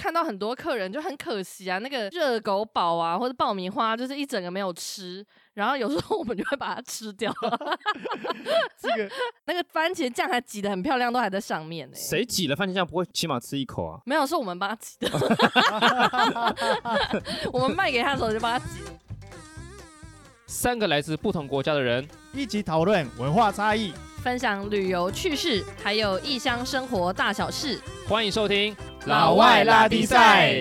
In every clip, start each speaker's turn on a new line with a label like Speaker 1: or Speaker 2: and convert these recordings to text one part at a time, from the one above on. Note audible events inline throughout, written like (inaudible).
Speaker 1: 看到很多客人就很可惜啊，那个热狗堡啊或者爆米花，就是一整个没有吃，然后有时候我们就会把它吃掉， (laughs)
Speaker 2: 这个
Speaker 1: 那个番茄酱还挤得很漂亮，都还在上面呢、
Speaker 3: 谁挤了番茄酱不会起码吃一口啊？
Speaker 1: 没有，是我们帮他挤
Speaker 3: (laughs)
Speaker 1: 的。我们卖给他的时候就帮他挤。
Speaker 3: 三个来自不同国家的人，
Speaker 2: 一起讨论文化差异。
Speaker 1: 分享旅游趣事，还有异乡生活大小事。
Speaker 3: 欢迎收听
Speaker 2: 老外拉
Speaker 1: 低赛。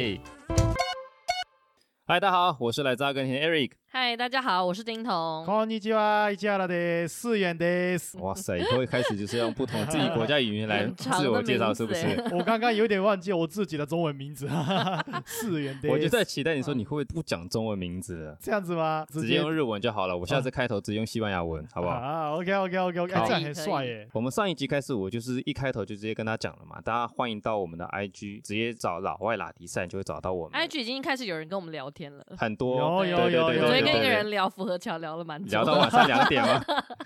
Speaker 3: 嗨，大家好，我是来自阿根廷的 Eric。
Speaker 1: 嗨，大家好，我是丁彤。
Speaker 2: こんにちは、一原です。四元です。
Speaker 3: 哇塞，以后一开始就是用不同自己国家语言来
Speaker 1: (laughs) 很长的
Speaker 3: 自我介绍，
Speaker 1: 名
Speaker 3: 是
Speaker 1: 字
Speaker 3: 不是？
Speaker 1: 欸
Speaker 2: 我刚刚有点忘记我自己的中文名字，哈哈哈四元です。
Speaker 3: 我就在期待你说你会不会不讲中文名字了，
Speaker 2: 这样子吗？
Speaker 3: 直接用日文就好了。我下
Speaker 1: 哦
Speaker 3: 次开头直接用西班牙文，好
Speaker 2: 好
Speaker 3: 不好？
Speaker 2: 啊，OK OK OK OK，
Speaker 3: 好
Speaker 2: 这样很帅耶。
Speaker 3: 我们上一集开始，我就是一开头就直接跟他讲了嘛，大家欢迎到我们的 IG，直接找老外拉迪赛，你就会找到我们。
Speaker 1: IG 已经开始有人跟我们聊天了。
Speaker 3: 很多，
Speaker 2: 有有
Speaker 3: 对对
Speaker 2: 有
Speaker 3: 对
Speaker 2: 有
Speaker 1: 我昨天
Speaker 3: 对
Speaker 1: 跟
Speaker 3: 对
Speaker 1: 一个
Speaker 3: 对，
Speaker 1: 人聊符合桥，聊了蛮久
Speaker 3: 聊到
Speaker 1: 的。
Speaker 3: 晚上两点吗？ (laughs)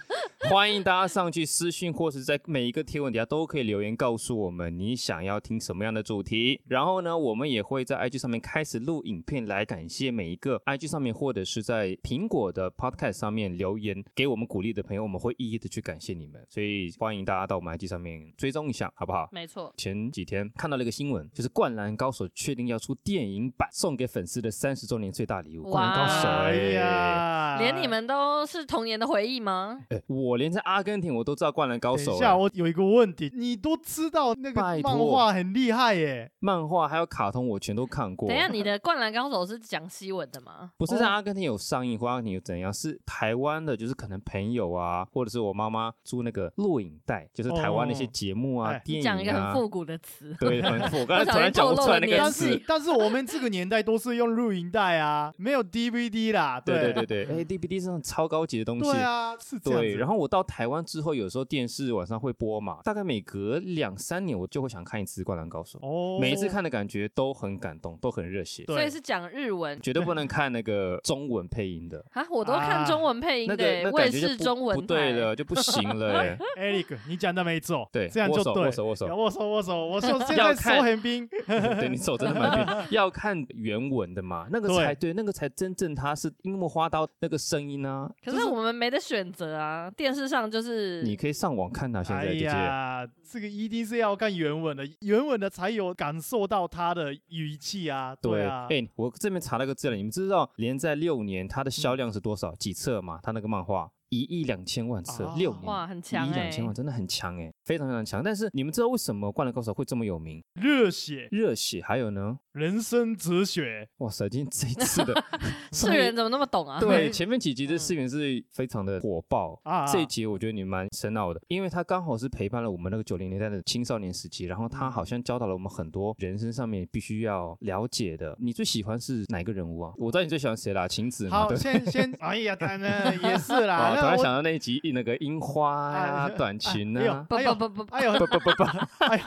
Speaker 3: 欢迎大家上去私讯，或是在每一个贴文底下都可以留言告诉我们你想要听什么样的主题。然后呢，我们也会在 IG 上面开始录影片，来感谢每一个 IG 上面或者是在苹果的 Podcast 上面留言给我们鼓励的朋友，我们会一一的去感谢你们。所以欢迎大家到我们 IG 上面追踪一下，好不好？
Speaker 1: 没错，
Speaker 3: 前几天看到了一个新闻，就是《灌篮高手》确定要出电影版，送给粉丝的三十周年最大礼物。
Speaker 1: 哇
Speaker 3: 灌篮高手、哎
Speaker 2: 哎呀，
Speaker 1: 连你们都是童年的回忆吗？
Speaker 3: 哎我连在阿根廷我都知道《灌篮高
Speaker 2: 等
Speaker 3: 手
Speaker 2: 一》下，
Speaker 3: 哎
Speaker 2: 我有一个问题，你都知道那个
Speaker 3: 拜托
Speaker 2: 漫画很厉害耶，
Speaker 3: 漫画还有卡通我全都看过
Speaker 1: 等一。下，你哦的《灌篮高手》是讲西文的吗？
Speaker 3: 不是在阿根廷有上映，或阿根廷有怎样？是台湾的，就是可能朋友啊，或者是我妈妈租那个录影带，就是台湾那些节目啊、
Speaker 2: 哦哎
Speaker 3: (laughs) 电
Speaker 1: 讲一
Speaker 3: 影
Speaker 1: 个很
Speaker 3: 啊。
Speaker 1: 复古的词。
Speaker 3: 对，很复。我刚
Speaker 1: 不小
Speaker 3: 才突然
Speaker 1: 心
Speaker 3: 讲
Speaker 1: 透
Speaker 3: 不
Speaker 1: 露
Speaker 3: 出
Speaker 1: 了
Speaker 3: 来那
Speaker 1: 年
Speaker 3: 个
Speaker 2: 但
Speaker 1: 纪
Speaker 3: 字
Speaker 2: 是。但是我们这个年代都是用录影带啊，没有 DVD 啦，
Speaker 3: 对
Speaker 1: 嗯
Speaker 3: 对对对，哎，DVD 是那种超高级的东西。
Speaker 2: 对啊，是这样
Speaker 3: 对，
Speaker 2: 子。
Speaker 3: 然后我到台湾之后，有时候电视晚上会播嘛，大概每隔两三年我就会想看一次《灌篮高手》
Speaker 2: 哦，
Speaker 3: 每一次看的感觉都很感动，都很热血，
Speaker 2: 对
Speaker 1: 所以是讲日文
Speaker 3: 绝对不能看那个中文配音的，
Speaker 1: 啊！我都看
Speaker 2: 啊
Speaker 1: 中文配音
Speaker 3: 那
Speaker 1: 的
Speaker 3: 个
Speaker 1: 欸
Speaker 3: 那
Speaker 1: 卫
Speaker 3: 感觉
Speaker 1: 视
Speaker 3: 就不
Speaker 1: 中文
Speaker 3: 不对
Speaker 1: 台
Speaker 3: 了，就不行
Speaker 1: (laughs)
Speaker 3: 了欸
Speaker 2: Eric，你讲的没错，
Speaker 3: 对
Speaker 2: 这样
Speaker 3: 握
Speaker 2: 就
Speaker 3: 手
Speaker 2: 对。
Speaker 3: 握手握手
Speaker 2: 要握手，握手，
Speaker 3: (laughs)
Speaker 2: 我手现在
Speaker 3: 要看
Speaker 2: 手很冰。
Speaker 3: 对你手真的蛮冰，要看原文的嘛，那个
Speaker 2: 对
Speaker 3: 才对，那个才真正它是樱木花道那个声音啊，
Speaker 1: 可
Speaker 3: 就是
Speaker 1: 我们没得选择啊，电视上就是
Speaker 3: 你可以上网看啊，现
Speaker 2: 哎
Speaker 3: 在姐姐。
Speaker 2: 呀，这个一定是要看原文的，原文的才有感受到他的语气啊。
Speaker 3: 对
Speaker 2: 啊，
Speaker 3: 哎、我这边查了个资料，你们知道连载六年
Speaker 1: 嗯
Speaker 3: 它的销量是多少？几册嘛？它那个漫画一亿两千万册，
Speaker 2: 啊
Speaker 3: 六、年
Speaker 1: 哇很强
Speaker 3: 一亿
Speaker 1: 哎、
Speaker 3: 两千万真的很强哎、非常非常强。但是你们知道为什么《灌篮高手》会这么有名？
Speaker 2: 热血、
Speaker 3: 热血，还有呢？
Speaker 2: 人生哲学，
Speaker 3: 哇塞，今天这一次
Speaker 1: (laughs)
Speaker 3: 的
Speaker 1: 世人怎么那么懂啊？
Speaker 3: 对前面几集的
Speaker 1: 嗯
Speaker 3: 视频是非常的火爆。
Speaker 2: 啊，
Speaker 3: 这一集我觉得你蛮深奥的，因为它刚好是陪伴了我们那个九零年代的青少年时期，然后它
Speaker 2: 嗯
Speaker 3: 好像教导了我们很多人生上面必须要了解的。你最喜欢是哪个人物啊？我知道你最喜欢谁啦，晴子嘛，
Speaker 2: 好，
Speaker 3: 对不对哦
Speaker 2: 先先， (laughs) 哎呀，当然也是
Speaker 3: (laughs)
Speaker 2: 啦
Speaker 3: 哇，。突
Speaker 2: 那
Speaker 3: 然想
Speaker 2: 我，
Speaker 3: 到那一集那个樱花啊、
Speaker 2: 哎 (laughs)
Speaker 3: 短裙
Speaker 2: 哎
Speaker 3: 啊
Speaker 2: 呦，
Speaker 1: (laughs) 不
Speaker 2: 哎呦
Speaker 1: 不不不，
Speaker 2: 哎呦，
Speaker 3: 不不不不，
Speaker 2: 哎呦，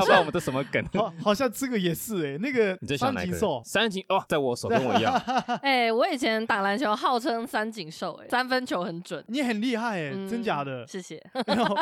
Speaker 2: 好
Speaker 3: 家不知道我
Speaker 2: 像
Speaker 3: 们这什么梗？
Speaker 2: (laughs) 好，好像这个也是哎，那个
Speaker 3: 你最喜欢
Speaker 2: 三
Speaker 3: 哪一
Speaker 2: 井
Speaker 3: 个
Speaker 2: 寿
Speaker 3: 人？，三井哦，在我手跟我
Speaker 2: (laughs)
Speaker 3: 一样，
Speaker 1: 哎、我以前打篮球号称三井寿，哎，三分球很准，
Speaker 2: 你很厉害哎，
Speaker 1: 嗯
Speaker 2: 真假的？ (laughs)
Speaker 1: 谢
Speaker 3: (laughs)
Speaker 1: 谢。
Speaker 2: 然后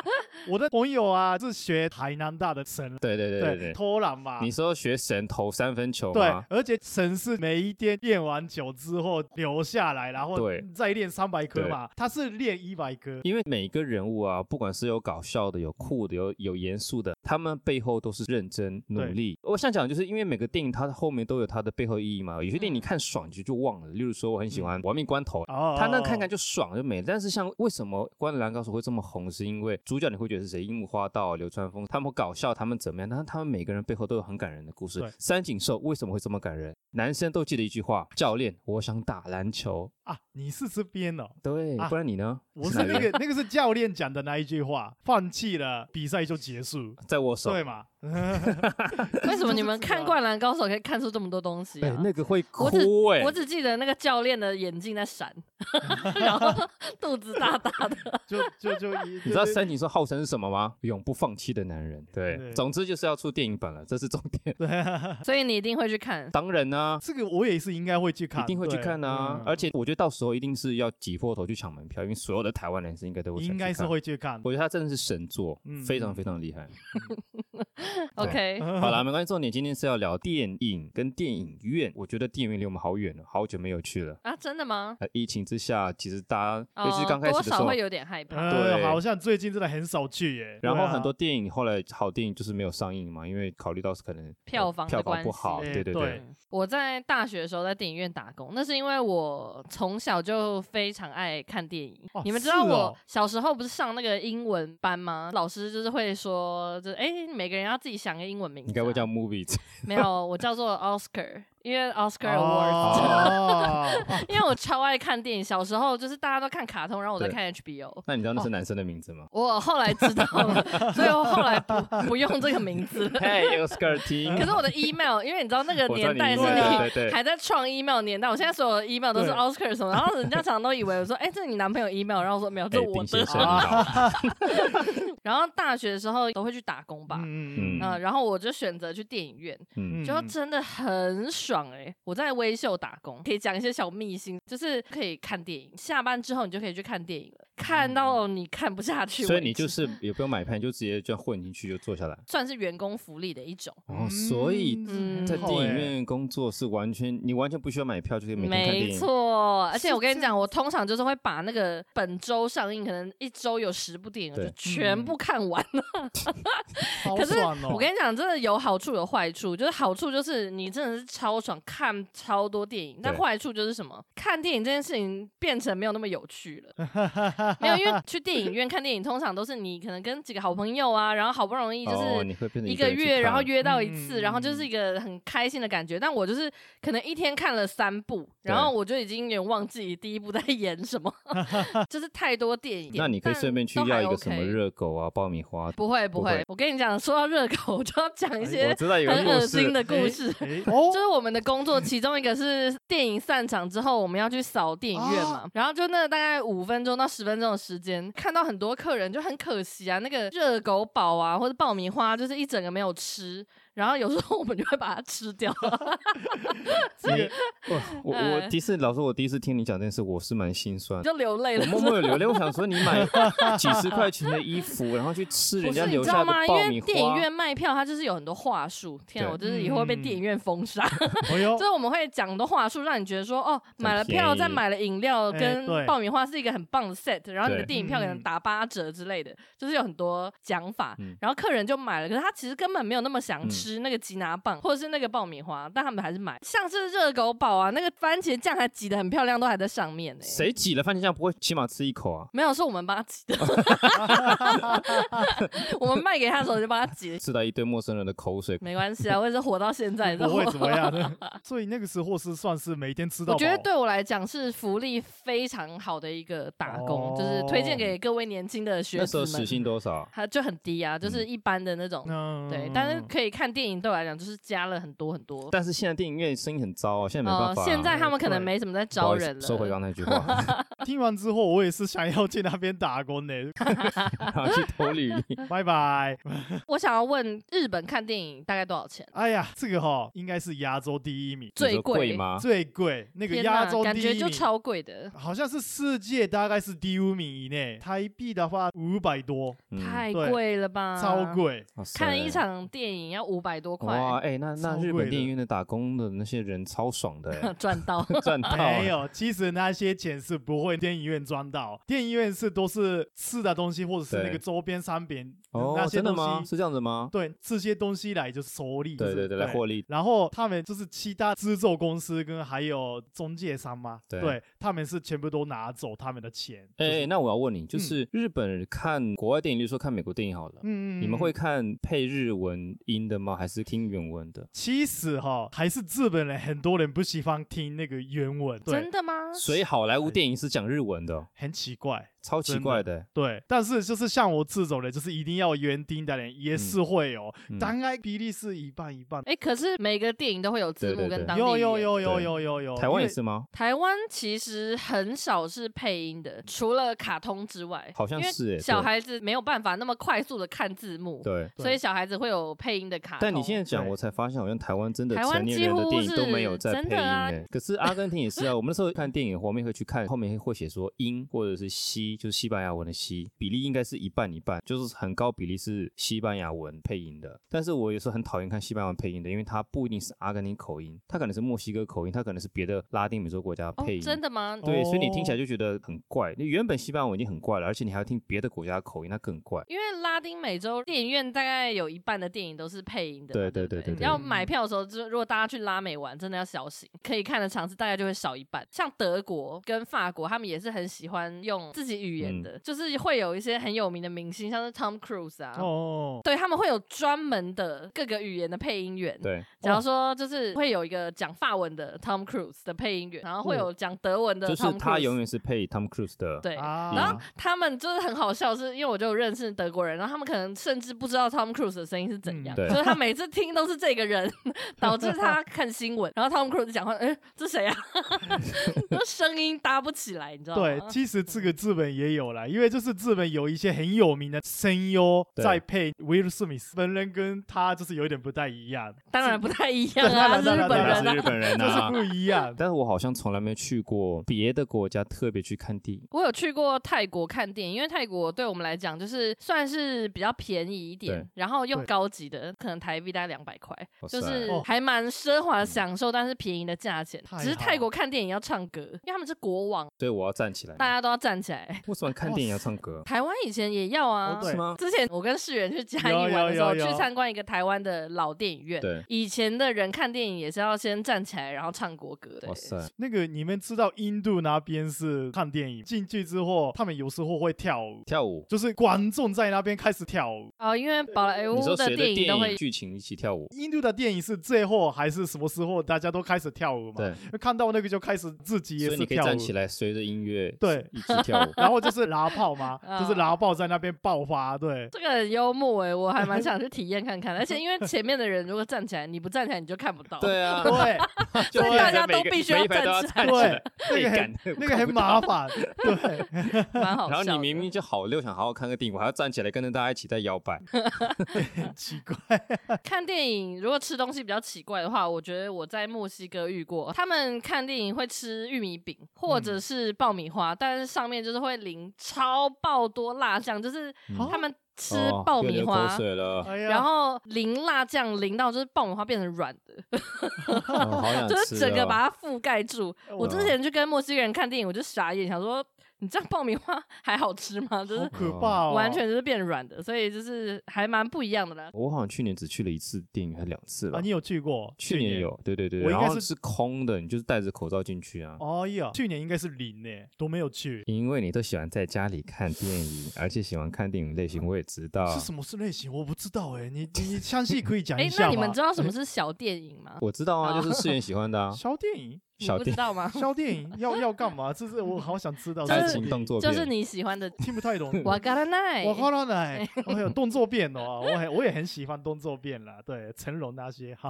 Speaker 2: 我的朋友啊，是学台南大的神，
Speaker 3: 对对对
Speaker 2: (laughs)
Speaker 3: 对对。
Speaker 2: 偷懒嘛。
Speaker 3: 你说学神投三分球
Speaker 2: 啊对
Speaker 3: 吗？，
Speaker 2: 而且神是每一天练完球之后留下来，然后
Speaker 3: 对
Speaker 2: 再练三百颗
Speaker 3: 对
Speaker 2: 嘛，他是练一百颗。
Speaker 3: 因为每个人物啊，不管是有搞笑的、有酷的、有有严肃的，他们背后都是认真努
Speaker 2: 对
Speaker 3: 力。我想讲，就是因为每个电影它后面都有它的背后意义嘛。有些电
Speaker 1: 嗯
Speaker 3: 影你看爽就就忘了，例如说我很喜欢《亡命关头》，
Speaker 2: 嗯哦，
Speaker 3: 他那看看就爽就没了。但是像为什么《灌篮高手》会这么红，是因为主角你会觉得是谁？樱木花道、流川枫，他们搞笑，他们怎么样？但是他们每个人背后都有很感人的故事
Speaker 2: 对。
Speaker 3: 三井寿为什么会这么感人？男生都记得一句话：教练，我想打篮球。
Speaker 2: 啊，你是这边哦，
Speaker 3: 对，
Speaker 2: 啊
Speaker 3: 不然你呢？
Speaker 2: 我
Speaker 3: 哪
Speaker 2: 是那
Speaker 3: 边
Speaker 2: 个那个是教练讲的那一句话，放弃了比赛就结束，
Speaker 3: 在我手。
Speaker 2: 对嘛？
Speaker 1: 为什么你们
Speaker 2: 就是这
Speaker 1: 看《
Speaker 2: 样
Speaker 1: 灌篮高手》可以看出这么多东西
Speaker 3: 哎、
Speaker 1: 啊？
Speaker 3: 那个会哭
Speaker 1: 我只
Speaker 3: 哎、
Speaker 1: 我只记得那个教练的眼睛在
Speaker 3: (laughs)
Speaker 1: 闪，然后 (laughs) 肚子大大的。
Speaker 2: 就就
Speaker 3: (laughs)
Speaker 2: 就你
Speaker 3: 你知道三井寿号称是什么吗？永不放弃的男人。对，
Speaker 2: 对
Speaker 3: 总之就是要出电影版了，这是重点。
Speaker 1: 所以你一定会去看。
Speaker 3: (laughs) 当然呢、
Speaker 2: 这个我也是应该会去
Speaker 3: 一
Speaker 2: 看，
Speaker 3: 定会去
Speaker 2: 对
Speaker 3: 看啊！
Speaker 2: 嗯
Speaker 3: 而且我觉得到时候一定是要挤破头去抢门票，因为所有的台湾男生应该都会想去
Speaker 2: 应该是
Speaker 3: 看。
Speaker 2: 会去看。
Speaker 3: 我觉得他真的是神作， (laughs)
Speaker 2: 嗯
Speaker 3: 非常
Speaker 2: 嗯
Speaker 3: 非常厉害。
Speaker 1: OK，
Speaker 3: (laughs) 好啦，没关系。重点今天是要聊电影跟电影院。我觉得电影院离我们好远了，哦好久没有去了。
Speaker 1: 啊，真的吗？
Speaker 3: 呃，疫情之下，其实大家，
Speaker 1: 哦
Speaker 3: 尤其是刚开始
Speaker 1: 多
Speaker 3: 的时
Speaker 1: 少
Speaker 3: 候
Speaker 1: 会，有点害怕。
Speaker 2: 呃
Speaker 3: 对
Speaker 2: 好像最近真的很少去耶。
Speaker 3: 然
Speaker 2: 对
Speaker 3: 后
Speaker 2: 啊
Speaker 3: 很多电影后来好电影就是没有上映嘛，因为考虑到是可能
Speaker 1: 票
Speaker 3: 呃
Speaker 1: 房的
Speaker 3: 票房
Speaker 1: 关
Speaker 3: 不
Speaker 1: 系
Speaker 3: 好，
Speaker 2: 哎
Speaker 3: 对对
Speaker 2: 对
Speaker 3: 对，
Speaker 1: 嗯我在大学的时候在电影院打工，那是因为我从小就非常爱看电影。
Speaker 2: 哦
Speaker 1: 你们知道
Speaker 2: 是
Speaker 1: 我
Speaker 2: 哦
Speaker 1: 小时候不是上那个英文班吗？老师就是会说，就是哎、每个人要自己想个英文名字、啊
Speaker 3: 你该不会叫 movie (laughs)
Speaker 1: 没有，我叫做 Oscar，因为 Oscar Award，、
Speaker 2: 哦，
Speaker 3: (laughs)
Speaker 1: 因为我超爱看电影。小时候就是大家都看卡通，然后我在
Speaker 3: 对
Speaker 1: 看 HBO。
Speaker 3: 那你知道那是男生的名
Speaker 1: (laughs)
Speaker 3: 字吗
Speaker 1: 我后来知道了，所以我后来不不用这个名字了。
Speaker 3: ？Hey Oscar T， (laughs)
Speaker 1: 可是我的 email，因为你知道那个
Speaker 3: 我知
Speaker 1: 年
Speaker 3: 道你
Speaker 1: 代是
Speaker 2: 意思
Speaker 1: 你
Speaker 3: 对对对
Speaker 1: 还在创 email 年代，我现在所有的 email 都是
Speaker 2: 对
Speaker 1: Oscar 什么，然后人家常常都以为我说，哎、这是你男朋友 email，然后我说没有，这
Speaker 3: 哎，
Speaker 1: 是我
Speaker 3: 丁先
Speaker 1: 的。啊
Speaker 3: 生你好，
Speaker 1: (laughs) 然后大学的时候都会去打工吧，嗯、
Speaker 2: 嗯
Speaker 3: 嗯
Speaker 1: 然后我就选择去电影院，
Speaker 3: 嗯，
Speaker 1: 就真的很爽哎、我在微秀打工，可以讲一些小秘辛，就是可以看电影，下班之后你就可以去看电影了，看到你看不下去为止，
Speaker 3: 嗯所以你就是也不用买票，你就直接就混进去就坐下来。
Speaker 1: 算是员工福利的一种。
Speaker 3: 哦，所以
Speaker 1: 嗯
Speaker 3: 在
Speaker 1: 很好
Speaker 3: 电影
Speaker 2: 欸
Speaker 3: 院工作是完全你完全不需要买票就可以每天看电
Speaker 1: 没
Speaker 3: 影。
Speaker 1: 错，而且
Speaker 2: 是
Speaker 1: 我跟你
Speaker 2: 这
Speaker 1: 讲，我通常就是会把那个本周上映，可能一周有十部电影，我
Speaker 2: 嗯
Speaker 1: 就
Speaker 3: 对
Speaker 1: 全部看完。
Speaker 2: 好
Speaker 1: 可是
Speaker 2: 爽哦！
Speaker 1: 我 (laughs) 跟你讲，真的有好处有坏处，就是好处就是你真的是超爽，看超多电影；但
Speaker 3: 对
Speaker 1: 坏处就是什么？看电影这件事情变成没有那么有趣了。没有，因
Speaker 3: (laughs)
Speaker 1: 为去电影院看电影，通常都是你可能跟几个好朋友啊，然后好不容易就
Speaker 3: 哦，
Speaker 1: 是
Speaker 3: 你会变成
Speaker 1: 一
Speaker 3: 个
Speaker 1: 个
Speaker 3: 人去
Speaker 1: 月，然后
Speaker 3: 看
Speaker 1: 约到一次，
Speaker 2: 嗯
Speaker 1: 然后就是一个很开心的感觉。但我就是可能一天看了三部，然后我就已经有点忘记第一部在 (laughs) 演
Speaker 3: (laughs)
Speaker 1: 什么，就是太多电影。
Speaker 3: 那你可以
Speaker 1: 但
Speaker 3: 顺便去
Speaker 1: 都还
Speaker 3: 要一个什么
Speaker 1: OK
Speaker 3: 热狗啊、爆米花。
Speaker 1: 不会不
Speaker 3: 不会哎
Speaker 1: 会，我跟你讲，说到热狗，我就要讲一些
Speaker 3: 我知道有个
Speaker 1: 很
Speaker 3: 故
Speaker 1: 恶心
Speaker 3: 事，
Speaker 1: 的故事。
Speaker 2: 哎哦
Speaker 1: 就，是我们的工作，其中一个是电影散场之后，我们要去扫电影院
Speaker 3: 哦
Speaker 1: 嘛，然后就那大概五分钟到十分钟的时间，看到很多客人就很可惜啊，那个热狗堡啊或者爆米花，就是一整个没有吃，然后有时候我们就会把它吃掉。
Speaker 3: 你我我
Speaker 1: 哎
Speaker 3: 我第一次，老师，我第一次听你讲这件事，我是蛮心酸
Speaker 1: 你。就流泪
Speaker 3: 我
Speaker 1: 了。
Speaker 3: 默默有流泪，我想说你
Speaker 1: (laughs)
Speaker 3: 买几十块钱的衣服，然后去吃
Speaker 1: 不
Speaker 3: (laughs) 人家
Speaker 1: 是你
Speaker 3: 留
Speaker 1: 知
Speaker 3: 下
Speaker 1: 道
Speaker 3: 的
Speaker 1: 吗？因
Speaker 3: 爆
Speaker 1: 为
Speaker 3: 米花，
Speaker 1: 电影院卖票，它就是有很多话术。天啊，
Speaker 3: 对
Speaker 1: 我就是以后会被电影院封杀。
Speaker 2: 哎
Speaker 1: (laughs)
Speaker 2: 呦
Speaker 1: 所以我们会讲很多话术，让你觉得说，哦，买了票
Speaker 3: 哦便宜
Speaker 1: 再买了饮料
Speaker 2: 哎
Speaker 1: 跟
Speaker 2: 对
Speaker 1: 爆米花是一个很棒的 set，然后你的
Speaker 3: 对
Speaker 1: 电影票可能
Speaker 2: 嗯
Speaker 1: 打八折之类的，就是有很多讲法
Speaker 3: 嗯。
Speaker 1: 然后客人就买了，可是他其实根本没有那么想吃那个吉拿棒或者是那个爆米花，但他们还是买。像是热狗堡啊，那个番茄酱还挤得很漂亮，都还在上面呢。
Speaker 3: 谁挤了番茄酱不会起码吃一口啊？
Speaker 1: 没有，是我们帮他挤
Speaker 3: (laughs)
Speaker 1: 的。 (laughs) 我们卖给他的时候就帮他挤了，
Speaker 3: 吃到一堆陌生人的口水，
Speaker 1: 没关系啊，我也是活到现在，你知道
Speaker 2: 不
Speaker 1: 吗
Speaker 2: 会怎么样的。 (laughs) 所以那个时候是算是每天吃到
Speaker 1: 我
Speaker 2: 饱，
Speaker 1: 觉得对我来讲是福利非常好的一个打工，
Speaker 2: 哦
Speaker 1: 就是推荐给各位年轻的学
Speaker 3: 那时
Speaker 1: 子
Speaker 3: 候时
Speaker 1: 们，
Speaker 3: 薪多少？
Speaker 1: 它就很低啊，就是
Speaker 3: 嗯
Speaker 1: 一般的那种。
Speaker 2: 嗯，
Speaker 1: 对，但是可以看电影，对我来讲就是加了很多很多。呃
Speaker 3: 但是现在电影院生意很糟啊，现在没办法
Speaker 1: 哦
Speaker 3: 啊。
Speaker 1: 现在他们可能
Speaker 2: 对
Speaker 1: 没怎么在
Speaker 3: 不
Speaker 1: 招
Speaker 3: 好意思
Speaker 1: 人了。
Speaker 3: 啊收回刚才那句
Speaker 1: (laughs)
Speaker 3: 话，
Speaker 2: (laughs) 听完之后，我也是想要去那边打工呢。
Speaker 3: 然后去投履历。
Speaker 2: 拜拜。
Speaker 1: 我想要问，日本看电影大概多少钱？
Speaker 2: 哎呀，这个哈、应该是亚洲第一名，
Speaker 1: 最
Speaker 3: 你说贵？吗？
Speaker 2: 最贵那个
Speaker 1: 天
Speaker 2: 亚
Speaker 1: 哪，
Speaker 2: 洲
Speaker 1: 感
Speaker 2: 第
Speaker 1: 觉
Speaker 2: 一
Speaker 1: 就
Speaker 2: 名。
Speaker 1: 超贵的，
Speaker 2: 好像是世界大概是第五名以内，台币的话五百多，
Speaker 3: 嗯
Speaker 1: 太
Speaker 2: 对
Speaker 1: 贵了吧？
Speaker 2: 超！贵。
Speaker 3: 哇塞
Speaker 1: 看一场电影要五百多
Speaker 3: 哇，
Speaker 1: 块，，
Speaker 3: 哎、那
Speaker 2: 超
Speaker 3: 那日
Speaker 2: 贵
Speaker 3: 本
Speaker 2: 的
Speaker 3: 电影院的打工的那些人超爽的、
Speaker 1: (laughs)
Speaker 3: 欸
Speaker 1: (laughs) 赚
Speaker 3: (laughs)
Speaker 1: 到。
Speaker 3: 赚
Speaker 2: (laughs)
Speaker 3: 到
Speaker 2: 没
Speaker 3: 欸。
Speaker 2: 有，其实那些钱是不会电影院赚到，电影院是都是吃的东西或者是
Speaker 3: 对
Speaker 2: 那个周边商品、
Speaker 3: 哦
Speaker 2: 那，些
Speaker 3: 真的
Speaker 2: 东
Speaker 3: 吗？
Speaker 2: 西，
Speaker 3: 是这样子吗？
Speaker 2: 对这些东西来就是收利，
Speaker 3: 对对对，来获
Speaker 2: 利。
Speaker 3: 利。
Speaker 2: 然后他们就是七大制作公司跟还有中介商嘛，
Speaker 3: 对
Speaker 2: 他们是全部都拿走他们的钱。就
Speaker 3: 哎、
Speaker 2: 是嗯
Speaker 3: 那我要问你，就是日本人看国外电影，例如说看美国电影好了，
Speaker 2: 嗯，
Speaker 3: 你
Speaker 2: 嗯
Speaker 3: 们会看配日文音的吗？还是听原文的？
Speaker 2: 其实哈，还是日本人很多人不喜欢听那个原文，
Speaker 1: 真
Speaker 2: 对，
Speaker 1: 的吗？
Speaker 3: 所以好莱坞电影是讲日文的哦，
Speaker 2: 很奇怪，
Speaker 3: 超奇怪的欸。
Speaker 2: 对。但是就是像我这种人，就是一定要原听的人也是会有，
Speaker 3: 嗯
Speaker 2: 大概比例是一半一半。
Speaker 1: 哎、可是每个电影都会有字
Speaker 3: 对
Speaker 1: 幕
Speaker 3: 对
Speaker 1: 跟
Speaker 3: 对
Speaker 1: 当地
Speaker 2: 有
Speaker 1: 语
Speaker 2: 有
Speaker 1: 言
Speaker 2: 有有
Speaker 3: 对
Speaker 2: 有有有，
Speaker 3: 台湾
Speaker 2: 因
Speaker 3: 也
Speaker 2: 为
Speaker 3: 是吗？
Speaker 1: 台湾其实很少是配音的，除了卡通之外，
Speaker 3: 好像
Speaker 1: 因为
Speaker 3: 是欸
Speaker 1: 小
Speaker 3: 对
Speaker 1: 孩子没有办法那么快速的看字幕，
Speaker 3: 对，
Speaker 1: 所以小孩子会有配音的卡通。
Speaker 3: 但你现在讲，
Speaker 2: 对
Speaker 3: 我才发现，好像台湾真的
Speaker 1: 台湾
Speaker 3: 成年人的
Speaker 1: 几乎
Speaker 3: 电影都
Speaker 1: 是
Speaker 3: 没有在配
Speaker 1: 真
Speaker 3: 音
Speaker 1: 的啊
Speaker 3: 诶、可是阿根廷也是啊，我们那时候看电影，后面会去看，后面会写说英或者是西，就是西班牙文的西，比例应该是一半一半，就是很高比例是西班牙文配音的。但是我有时候很讨厌看西班牙文配音的，因为它不一定是阿根廷口音，它可能是墨西哥口音，它可能是别的拉丁美洲国家的
Speaker 1: 哦
Speaker 3: 配音。，
Speaker 1: 真的吗？
Speaker 2: 哦
Speaker 3: 对，所以你听起来就觉得很怪。你原本西班牙文已经很怪了，而且你还要听别的国家的口音，那更怪。
Speaker 1: 因为拉丁美洲电影院大概有一半的电影都是配音的嘛，
Speaker 3: 对对
Speaker 1: 对
Speaker 3: 对
Speaker 1: 不
Speaker 3: 对对
Speaker 1: 要买票的时候，就如果大家去拉美玩，真的要小心，可以看的场次大概就会少一半。像德国跟法国，他们也是很喜欢用自己语
Speaker 3: 嗯
Speaker 1: 言的，就是会有一些很有名的明星，像是 Tom Cruise 啊。
Speaker 2: 哦，
Speaker 1: 对他们会有专门的各个语言的配音员，
Speaker 3: 对，
Speaker 1: 假如说就是会有一个讲法文的 Tom Cruise 的配音员，然后会有讲德文的
Speaker 3: 嗯就
Speaker 1: Tom
Speaker 3: 是
Speaker 1: Cruise，
Speaker 3: 他永远是嗯配 Tom Cruise 的。
Speaker 1: 对，
Speaker 2: 啊
Speaker 1: 然后他们就是很好笑，是因为我就认识德国人，然后他们可能甚至不知道 Tom Cruise 的声音是怎样，
Speaker 3: 嗯对
Speaker 1: 所以他每次听都是这个人，导致他看新闻，然后 Tom Cruise 讲话，哎、这谁啊？ (laughs) 就声音搭不起来，你知道
Speaker 2: 对，
Speaker 1: 吗？
Speaker 2: 其实这个日本也有啦，因为就是日本有一些很有名的声优
Speaker 3: 对
Speaker 2: 在配威尔史密斯，本人跟他就是有点不太一样，
Speaker 1: 当然不太一样啊，他
Speaker 2: (laughs)
Speaker 1: 是
Speaker 2: 对
Speaker 1: 日本
Speaker 2: 对对
Speaker 3: 原
Speaker 1: 人
Speaker 3: 来是日
Speaker 1: 啊。
Speaker 3: 本人
Speaker 2: 就是
Speaker 3: 啊。
Speaker 2: 不一样。
Speaker 3: 但是我好像从来没有去过别的国家特别去看电影。
Speaker 1: 我有去过泰国看电影，因为泰国对我们来讲就是算是比较便宜一点
Speaker 3: 对，
Speaker 1: 然后又
Speaker 2: 对
Speaker 1: 高级的，可能台币大概两百块，
Speaker 3: 哇塞嗯
Speaker 1: 就是
Speaker 2: 哦
Speaker 1: 还蛮奢华的享受，但是便宜的价钱
Speaker 2: 太。
Speaker 1: 只是
Speaker 2: 好
Speaker 1: 泰国看电影要唱歌，因为他们是国王，
Speaker 3: 所以我要站起来
Speaker 1: 大
Speaker 3: 吗。
Speaker 1: 家都要站起
Speaker 3: (laughs)
Speaker 1: 来。
Speaker 3: 为什么看电影要唱
Speaker 1: (laughs)
Speaker 3: 歌？
Speaker 1: 台湾以前也要啊
Speaker 2: 哦，对
Speaker 3: 是吗？
Speaker 1: 之前我跟世源去嘉义
Speaker 2: 有
Speaker 1: 玩
Speaker 2: 有
Speaker 1: 的时候，
Speaker 2: 有有
Speaker 1: 去参观一个台湾的老电影院。
Speaker 3: 对
Speaker 1: 以前的人看电影也是要先站起来，然后唱国歌。对
Speaker 3: 哇，塞！
Speaker 2: 那个你们知道印度那边是看电影进去之后，他们有时候会跳舞，
Speaker 3: 跳舞，
Speaker 2: 就是观众在那边开始跳舞。
Speaker 1: 哦，因为宝莱
Speaker 3: 你
Speaker 1: 坞
Speaker 3: 说谁的
Speaker 1: 电
Speaker 3: 电
Speaker 1: 影都会
Speaker 3: 影剧情一起跳舞？
Speaker 2: 印度的电影是最后还是什么时候大家都开始跳舞嘛？
Speaker 3: 对，
Speaker 2: 看到那个就开始自己也
Speaker 3: 所以
Speaker 2: 是
Speaker 3: 你可以
Speaker 2: 跳
Speaker 3: 站
Speaker 2: 舞，
Speaker 3: 起来，随着音乐
Speaker 1: (laughs)
Speaker 2: 对。
Speaker 3: 一起跳舞
Speaker 2: 然后就是拉炮嘛，
Speaker 1: 啊
Speaker 2: 就是拉炮在那边爆发，
Speaker 3: (laughs)
Speaker 2: 对。
Speaker 1: 这个很幽默哎、我还蛮想去体验看看。而且因为前面的人如果站起来，你不站起来你就看不到。
Speaker 3: 对啊，
Speaker 2: 对，
Speaker 3: 就
Speaker 1: 所以
Speaker 3: 变
Speaker 1: 大
Speaker 3: 成
Speaker 1: 家
Speaker 3: 每
Speaker 1: 都
Speaker 3: 个
Speaker 1: 必须
Speaker 3: 每
Speaker 1: 要
Speaker 3: 一排都要
Speaker 1: 站起
Speaker 3: 站
Speaker 2: 来
Speaker 3: 起来。
Speaker 2: 对那个
Speaker 3: 很
Speaker 2: 很那个很麻烦，
Speaker 1: (laughs)
Speaker 2: 对，
Speaker 1: 蛮好
Speaker 3: (laughs) 然后
Speaker 1: 笑的。
Speaker 3: 你明明就好溜，想好好看个电影，我还要站起来跟着大家一起在摇摆。
Speaker 2: 很奇怪。
Speaker 1: 看电影，如果吃东西比较奇怪的话，我觉得我在墨西哥遇过，他们看电影会吃玉米饼或
Speaker 3: 嗯
Speaker 1: 者是爆米花，但是上面就是会淋超爆多辣酱，就是
Speaker 3: 嗯
Speaker 1: 他们吃
Speaker 3: 哦
Speaker 1: 爆
Speaker 3: 又
Speaker 1: 米
Speaker 3: 流
Speaker 1: 花。
Speaker 3: 口水了，
Speaker 1: (laughs)
Speaker 2: 哎呀，
Speaker 1: 然后淋辣酱淋到就是爆米花变成软的，
Speaker 3: 哦好
Speaker 2: 啊
Speaker 3: 想吃
Speaker 1: 就
Speaker 3: 哦。
Speaker 1: 是整个把它覆盖住。
Speaker 2: 哦
Speaker 1: 我之前去跟墨西哥人看电影，我就傻眼，想说你这样爆米花 (laughs) 还好吃吗？就
Speaker 2: 好
Speaker 1: 是
Speaker 2: 可怕哦，
Speaker 1: 完全就是变软的，所以就是还蛮不一样的啦。
Speaker 3: 我好像去年只去了一次电影，还两次吧
Speaker 2: 啊，。你有去过？
Speaker 3: 去年。有，对对对，
Speaker 2: 我应
Speaker 3: 然
Speaker 2: 该
Speaker 3: 后
Speaker 2: 是
Speaker 3: 是空的，你就是戴着口罩进去啊。
Speaker 2: 哎呀，去年应该是零呢，都没有去。
Speaker 3: 因为你都喜欢在家里看电影，而且喜欢看电影类型，我也知道。
Speaker 2: 是什么是类型？我不知道哎，你你你详细可以讲
Speaker 1: 哎
Speaker 2: 一，下
Speaker 1: 那
Speaker 2: 吗？
Speaker 1: 你们知道
Speaker 2: 嗯
Speaker 1: 什么是小电影
Speaker 2: (laughs)
Speaker 1: 吗？
Speaker 3: 我知道啊，
Speaker 1: 哦
Speaker 3: 就是世源喜欢的啊，
Speaker 2: 小电影？
Speaker 1: 你
Speaker 3: 小
Speaker 1: 不知
Speaker 3: 电
Speaker 1: 道吗？
Speaker 2: 小电影要要干嘛？这是我好想知
Speaker 3: (laughs)
Speaker 2: 道。
Speaker 1: 就是
Speaker 3: 爱
Speaker 2: 小
Speaker 3: 情
Speaker 2: 电
Speaker 3: 动
Speaker 2: 影
Speaker 3: 作片，
Speaker 1: 就是你喜欢
Speaker 2: (laughs)
Speaker 1: 的
Speaker 2: 听不太懂。
Speaker 3: (laughs)
Speaker 1: 瓦嘎拉奈。
Speaker 2: 我看到哎，我有动作片哦， (laughs) 我很我也很喜欢动作片啦，对，成龙那些， (laughs) 好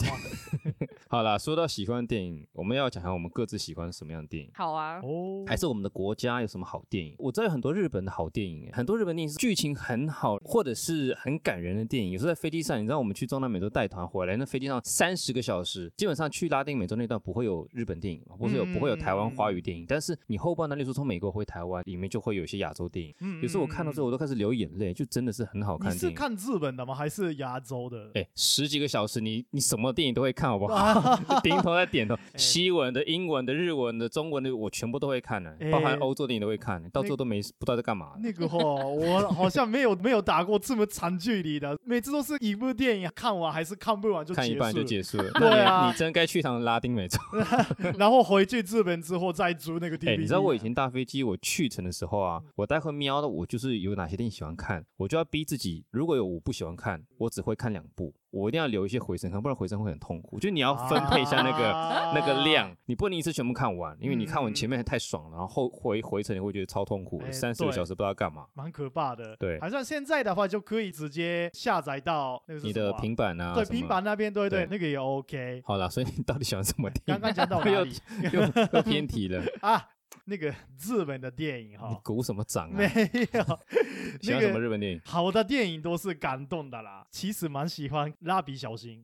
Speaker 3: 好啦，说到喜欢电影，我们要讲一下我们各自喜欢什么样的电影。
Speaker 1: 好啊，
Speaker 2: 哦，
Speaker 3: 还是我们的国家有什么好电影？我知道有很多日本的好电影，欸很多日本电影是剧情很好，或者是很感人的电影。有时候在飞机上，你知道我们去中南美洲带团回来，那飞机上三十个小时，基本上去拉丁美洲那段不会有日本电影，或者有不会有台湾华语
Speaker 2: 嗯
Speaker 3: 电影。但是你后半段，例如说从美国回台湾，里面就会有一些亚洲电影。
Speaker 2: 嗯
Speaker 3: 有时候我看到之后，我都开始流眼泪，就真的是很好
Speaker 2: 你
Speaker 3: 看的
Speaker 2: 是
Speaker 3: 电影。
Speaker 2: 看日本的吗？还是亚洲的？
Speaker 3: 哎，十几个小时你，你什么电影都会看，好
Speaker 2: (laughs)
Speaker 3: 不好？ (laughs) 就顶头在
Speaker 2: 哎
Speaker 3: 点头，西文的、英文的、日文的、中文的，我全部都会看呢、
Speaker 2: 哎
Speaker 3: 包含欧洲电影都会看、到最后都没不知道在干嘛。
Speaker 2: 那个哈， (laughs) 我好像没有没有打过这么长距离的，每次都是一部电影看完还是看不完就
Speaker 3: 看一
Speaker 2: 结
Speaker 3: 半就
Speaker 2: 束，
Speaker 3: 结束了，
Speaker 2: 对啊
Speaker 3: 那你你真该去趟拉丁美洲。
Speaker 2: 然后回去日本之后再租那个 DVD
Speaker 3: 哎、
Speaker 2: 啊。
Speaker 3: 你知道我以前搭飞机我去程的时候啊，我待会瞄的我就是有哪些电影喜欢看，我就要逼自己，如果有五部喜欢看，我只会看两部，我一定要留一些回声看，不然回声会很痛苦。就你要分配一下那个、
Speaker 2: 啊
Speaker 3: 那个量，你不能一次全部看完，因为你看完
Speaker 2: 嗯
Speaker 3: 前面太爽了，然后后回回程你会觉得超痛苦的，
Speaker 2: 哎
Speaker 3: 三四个
Speaker 2: 对
Speaker 3: 小时不知道干嘛。
Speaker 2: 蛮可怕的。
Speaker 3: 对
Speaker 2: 好像现在的话就可以直接下载到那个是
Speaker 3: 你
Speaker 2: 什么
Speaker 3: 的
Speaker 2: 啊
Speaker 3: 平板啊，
Speaker 2: 对
Speaker 3: 什么
Speaker 2: 平。板那边，对对，
Speaker 3: 对
Speaker 2: 那个也 OK。
Speaker 3: 好了，所以你到底喜欢什么电
Speaker 2: (laughs) 刚
Speaker 3: (laughs)
Speaker 2: 刚
Speaker 3: 影？
Speaker 2: 讲到哪
Speaker 3: 又
Speaker 2: 里 (laughs)
Speaker 3: 又又偏题了。
Speaker 2: 啊？那个日本的电影
Speaker 3: 你
Speaker 2: 哈，
Speaker 3: 鼓什么掌啊
Speaker 2: 哦 (laughs) 没？有
Speaker 3: (laughs) 喜
Speaker 2: 那
Speaker 3: 欢什么
Speaker 2: 个
Speaker 3: 日本电影？
Speaker 2: 好的电影都是感动的啦。其实蛮喜欢《蜡笔小
Speaker 3: (laughs)
Speaker 2: 新》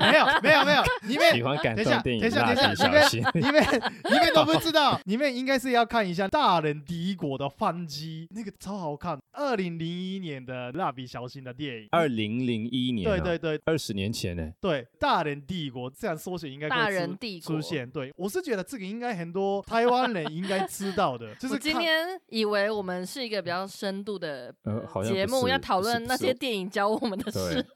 Speaker 2: 没有没有没有，你
Speaker 3: 喜
Speaker 2: 们
Speaker 3: 欢感
Speaker 2: 哎等一
Speaker 3: 动
Speaker 2: 下
Speaker 3: 电影
Speaker 2: 等一下
Speaker 3: 蜡
Speaker 2: 等
Speaker 3: 笔
Speaker 2: 一下
Speaker 3: 小新，
Speaker 2: 你们你们都不知道，你们应该是要看一下《大人敌国》的翻机，那个超好看，二零零一年的《蜡笔小新》的电影。
Speaker 3: (laughs) 二零零一年、啊
Speaker 2: 对对，对
Speaker 3: 二十年前呢、
Speaker 2: 对，大人帝国这样缩写应该会
Speaker 1: 大
Speaker 2: 出
Speaker 1: 人帝国
Speaker 2: 出现。对，我是觉得这个应该很多台湾人应该知道的， (laughs) 就是
Speaker 1: 我今
Speaker 2: 看
Speaker 1: 天以为我们是一个比较深度的
Speaker 3: 呃，好像
Speaker 1: 节
Speaker 3: 不
Speaker 1: 目，
Speaker 3: 是
Speaker 1: 要讨论那些。
Speaker 2: 哦
Speaker 3: 不是
Speaker 1: 电影教我们的
Speaker 3: 对
Speaker 1: 事。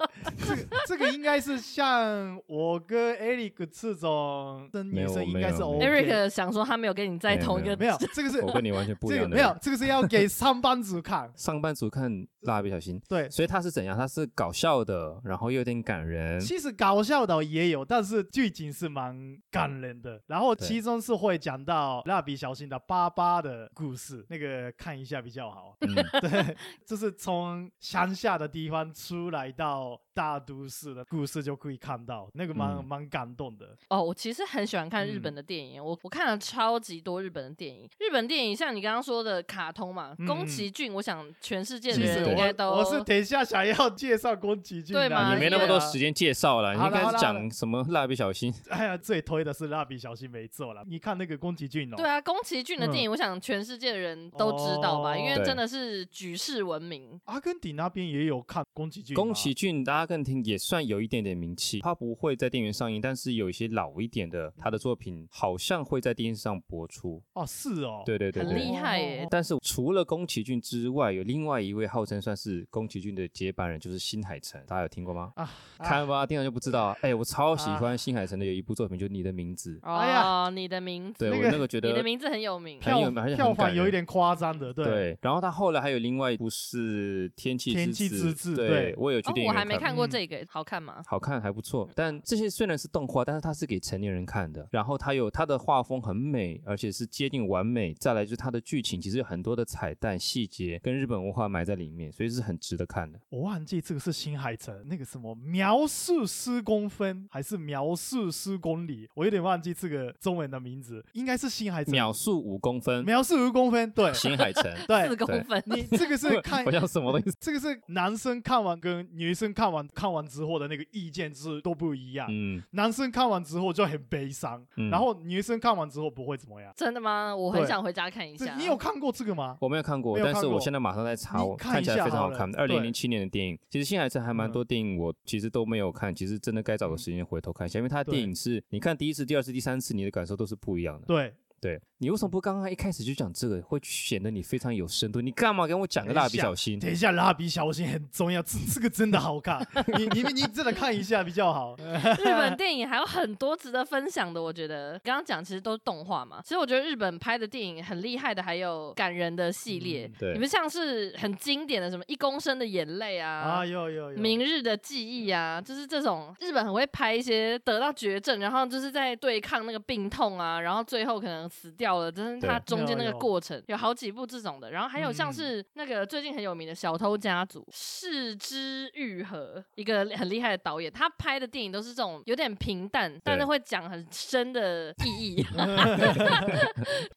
Speaker 2: 这个这个应该是像我跟 Eric 这种的女
Speaker 3: 没有
Speaker 2: 生应
Speaker 3: 没
Speaker 2: 该
Speaker 3: 有
Speaker 2: 是
Speaker 3: 没
Speaker 2: OK。
Speaker 3: 有
Speaker 1: Eric 想说他没有跟你在同一个，
Speaker 2: 没有，这个是
Speaker 3: 我跟你完全
Speaker 2: (laughs)
Speaker 3: 不一
Speaker 2: 这个
Speaker 3: 样的。。
Speaker 2: 没有，这个是要给上班族看
Speaker 3: 上班族看蜡笔小新， (laughs)
Speaker 2: 对，
Speaker 3: 所以他是怎样？他是搞笑的，然后又有点感人。
Speaker 2: 其实搞笑的也有，但是剧情是蛮感人的。然后
Speaker 3: 对
Speaker 2: 其中是会讲到蜡笔小新的爸爸的故事，那个看一下比较
Speaker 3: (laughs)
Speaker 2: 好。
Speaker 3: 嗯，
Speaker 2: 对，就是从乡下的地方出来到大都市的故事就可以看到，那个蛮、
Speaker 3: 嗯
Speaker 2: 蛮感动的。
Speaker 1: 哦，我其实很喜欢看日本
Speaker 2: 嗯
Speaker 1: 的电影，我我看了超级多日本的电影。日本电影像你刚刚说的卡通嘛，
Speaker 2: 嗯
Speaker 1: 宫
Speaker 2: 嗯
Speaker 1: 崎骏，我想全世界的
Speaker 2: 其实
Speaker 1: 人应该
Speaker 2: 我
Speaker 1: 都
Speaker 2: 我是等一下想要介绍宫崎骏的，啊
Speaker 1: 对嘛
Speaker 3: 你没那么
Speaker 1: 因为
Speaker 3: 多时。间介绍了，你
Speaker 2: 好
Speaker 3: 应
Speaker 2: 了
Speaker 3: 该
Speaker 2: 好
Speaker 3: 是
Speaker 2: 了
Speaker 3: 讲什么蜡笔小新？
Speaker 2: 哎呀，最推的是蜡笔小新没错了。你看那个宫崎骏哦，嗯
Speaker 1: 对啊，宫崎骏的电影，我想全世界的人都知道吧，因为
Speaker 2: 哦
Speaker 3: 对
Speaker 1: 真的是举世闻名。
Speaker 2: 阿根廷那边也有看宫崎骏吗，
Speaker 3: 宫崎骏大家更听也算有一点点名气，他不会在电影院上映，但是有一些老一点的他的作品好像会在电视上播出。
Speaker 2: 哦是哦，
Speaker 3: 对对对
Speaker 1: 很
Speaker 3: 对
Speaker 1: 厉。害耶
Speaker 2: 哦
Speaker 3: 但是除了宫崎骏之外，有另外一位号称算是宫崎骏的接班人，就是新海诚，大家有听过吗？
Speaker 2: 啊，
Speaker 3: 看吧，听了就不知道啊。哎、我超喜
Speaker 2: 啊
Speaker 3: 欢新海诚的有一部作品，就是《你的名字》。
Speaker 2: 哎呀
Speaker 1: 哦，你的名字，
Speaker 3: 对、
Speaker 2: 那
Speaker 3: 我
Speaker 2: 个
Speaker 3: 那个觉
Speaker 1: 你的
Speaker 3: 得
Speaker 1: 名字很有名。
Speaker 3: 很有
Speaker 2: 票
Speaker 3: 还是很
Speaker 2: 票
Speaker 3: 感
Speaker 2: 房
Speaker 3: 人
Speaker 2: 有一点夸张的，对，
Speaker 3: 对，然后他后来还有另外一部是《天气
Speaker 2: 天
Speaker 3: 之
Speaker 2: 气
Speaker 3: 子
Speaker 2: 之子
Speaker 3: 对
Speaker 2: 对
Speaker 3: 我有去
Speaker 1: 哦
Speaker 3: 电，影
Speaker 1: 我
Speaker 3: 院
Speaker 1: 还没看过
Speaker 2: 嗯
Speaker 1: 这个，好看吗？
Speaker 3: 好看还不错，但这些虽然是动画，但是它是给成年人看的。然后它有它的画风很美，而且是接近完美。再来就是它的剧情，其实有很多的彩蛋细节跟日本文化埋在里面，所以是很值得看的。
Speaker 2: 我忘记这个是新海诚那个什么描述施公分还是描述施公里，我有点忘记这个中文的名字，应该是新海诚
Speaker 3: 秒速五公分，
Speaker 2: 描述施公分，对
Speaker 3: 新海
Speaker 2: (laughs)
Speaker 3: 诚，
Speaker 1: 四
Speaker 2: 对，
Speaker 1: 公分，
Speaker 2: 你这个是看
Speaker 3: (laughs) 好。像什么东
Speaker 2: (laughs)
Speaker 3: 西？
Speaker 2: 这个是男生看完跟女生看完看完之后的那个意见是都不一样。
Speaker 3: 嗯，
Speaker 2: 男生看完之后就很悲伤，
Speaker 3: 嗯
Speaker 2: 然后女生看完之后不会怎么
Speaker 1: (laughs)
Speaker 2: 样。
Speaker 1: 真的吗？我很
Speaker 2: 对
Speaker 1: 想回家看一
Speaker 2: 这
Speaker 1: 下。啊
Speaker 2: 你有看过这个吗？
Speaker 3: 我没有看过，
Speaker 2: 没有
Speaker 3: 但
Speaker 2: 看
Speaker 3: 是我
Speaker 2: 过
Speaker 3: 现在马上在查，
Speaker 2: 你
Speaker 3: 我
Speaker 2: 看
Speaker 3: 看
Speaker 2: 一
Speaker 3: 起来
Speaker 2: 下
Speaker 3: 非常好
Speaker 2: 好了嗯
Speaker 3: 看。二零零七年的电影，其实新海诚还蛮多电影，我其实都没有看，其实真的该找个时间回头看一下，因为他的
Speaker 2: 对
Speaker 3: 电影是你看第一次、第二次、第三次，你的感受都是不一样的。
Speaker 2: 对，
Speaker 3: 对你为什么不刚刚一开始就讲这个，会显得你非常有深度？你干嘛跟我讲个蜡笔小新？
Speaker 2: 等一下，蜡笔小新很重要，这这个真的好
Speaker 3: (laughs)
Speaker 2: 看，你你你真的看一下比较好。
Speaker 1: 日
Speaker 2: (laughs)
Speaker 1: 本电影还有很多值得分享的，我觉得刚刚讲其实都是动画嘛。其实我觉得日本拍的电影很厉害的，还有感人的 (laughs) 系列
Speaker 2: 嗯，
Speaker 3: 对
Speaker 1: 你们像是很经典的什么《一公升的眼泪》啊
Speaker 2: 啊，。有有有，
Speaker 1: 明日的记忆
Speaker 3: 嗯
Speaker 1: 啊，就是这种日本很会拍一些得到绝症，然后就是在对抗那个病痛啊，然后最后可能死掉了，但是
Speaker 3: 对
Speaker 1: 它中间那
Speaker 2: 有
Speaker 1: 个
Speaker 2: 有
Speaker 1: 过程有好几部这种的，然后还有像
Speaker 2: 嗯
Speaker 1: 是那个最近很有名的《小偷家族》，是之愈合一个很厉害的导演，他拍的电影都是这种有点平淡，但是会讲很深的意
Speaker 3: (laughs)
Speaker 1: 义，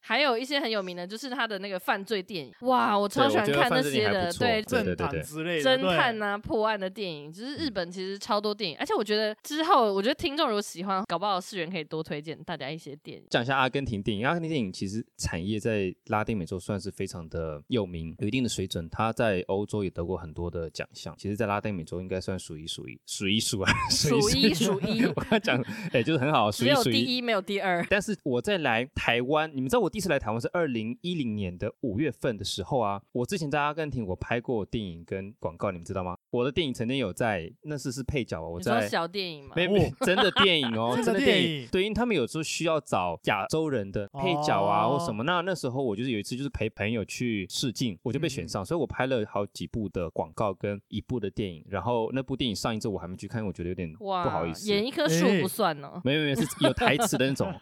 Speaker 1: 还有一些很有名的就是他的那个犯罪电影，哇，我超
Speaker 3: 对
Speaker 1: 喜
Speaker 3: 我
Speaker 1: 欢
Speaker 3: 觉得
Speaker 1: 看
Speaker 3: 犯
Speaker 1: 那
Speaker 3: 罪电
Speaker 1: 些
Speaker 3: 影还
Speaker 1: 的，
Speaker 3: 不错
Speaker 1: 对，
Speaker 3: 对对
Speaker 2: 侦探
Speaker 3: 对
Speaker 2: 之类的，
Speaker 1: 侦探
Speaker 2: 对
Speaker 1: 啊、破案的电影，就是日本其实超多电影，而且我觉得之后，我觉得听众如果喜欢，搞不好世源可以多推荐大家一些电影。
Speaker 3: 讲一下阿根廷电影，阿根廷电影其实产业在拉丁美洲算是非常的有名，有一定的水准。它在欧洲也得过很多的奖项，其实，在拉丁美洲应该算数一数一、数一 (laughs) 数二、
Speaker 1: 数
Speaker 3: 一啊
Speaker 1: 一数一，
Speaker 3: (laughs) 我刚才讲，哎、就是很好，数
Speaker 1: 只
Speaker 3: 一
Speaker 1: 有
Speaker 3: 数
Speaker 1: 第
Speaker 3: 一。
Speaker 1: 一没有第二。
Speaker 3: 但是我在来台湾，你们知道我第一次来台湾是二零一零年的五月份的时候啊。我之前在阿根廷，我拍过电影跟广告，你们知道吗？我的电影曾经有在，那是是配角啊，我
Speaker 1: 你说
Speaker 3: 在。
Speaker 1: 小电影嘛？
Speaker 3: 没没，真的电影
Speaker 1: (laughs)
Speaker 3: 哦，
Speaker 2: 真的
Speaker 3: 的
Speaker 2: 电
Speaker 3: 影
Speaker 2: 影
Speaker 3: 对，因为他们有时候需要找亚洲人的配角啊
Speaker 2: 哦
Speaker 3: 或什么。那那时候我就是有一次就是陪朋友去试镜，我就被
Speaker 2: 嗯
Speaker 3: 选上，所以我拍了好几部的广告跟一部的电影。然后那部电影上映之后我还没去看，我觉得有点不
Speaker 1: 哇，
Speaker 3: 好意思。
Speaker 1: 演一棵树不算哦。
Speaker 3: 没有没有，是有台词的那种，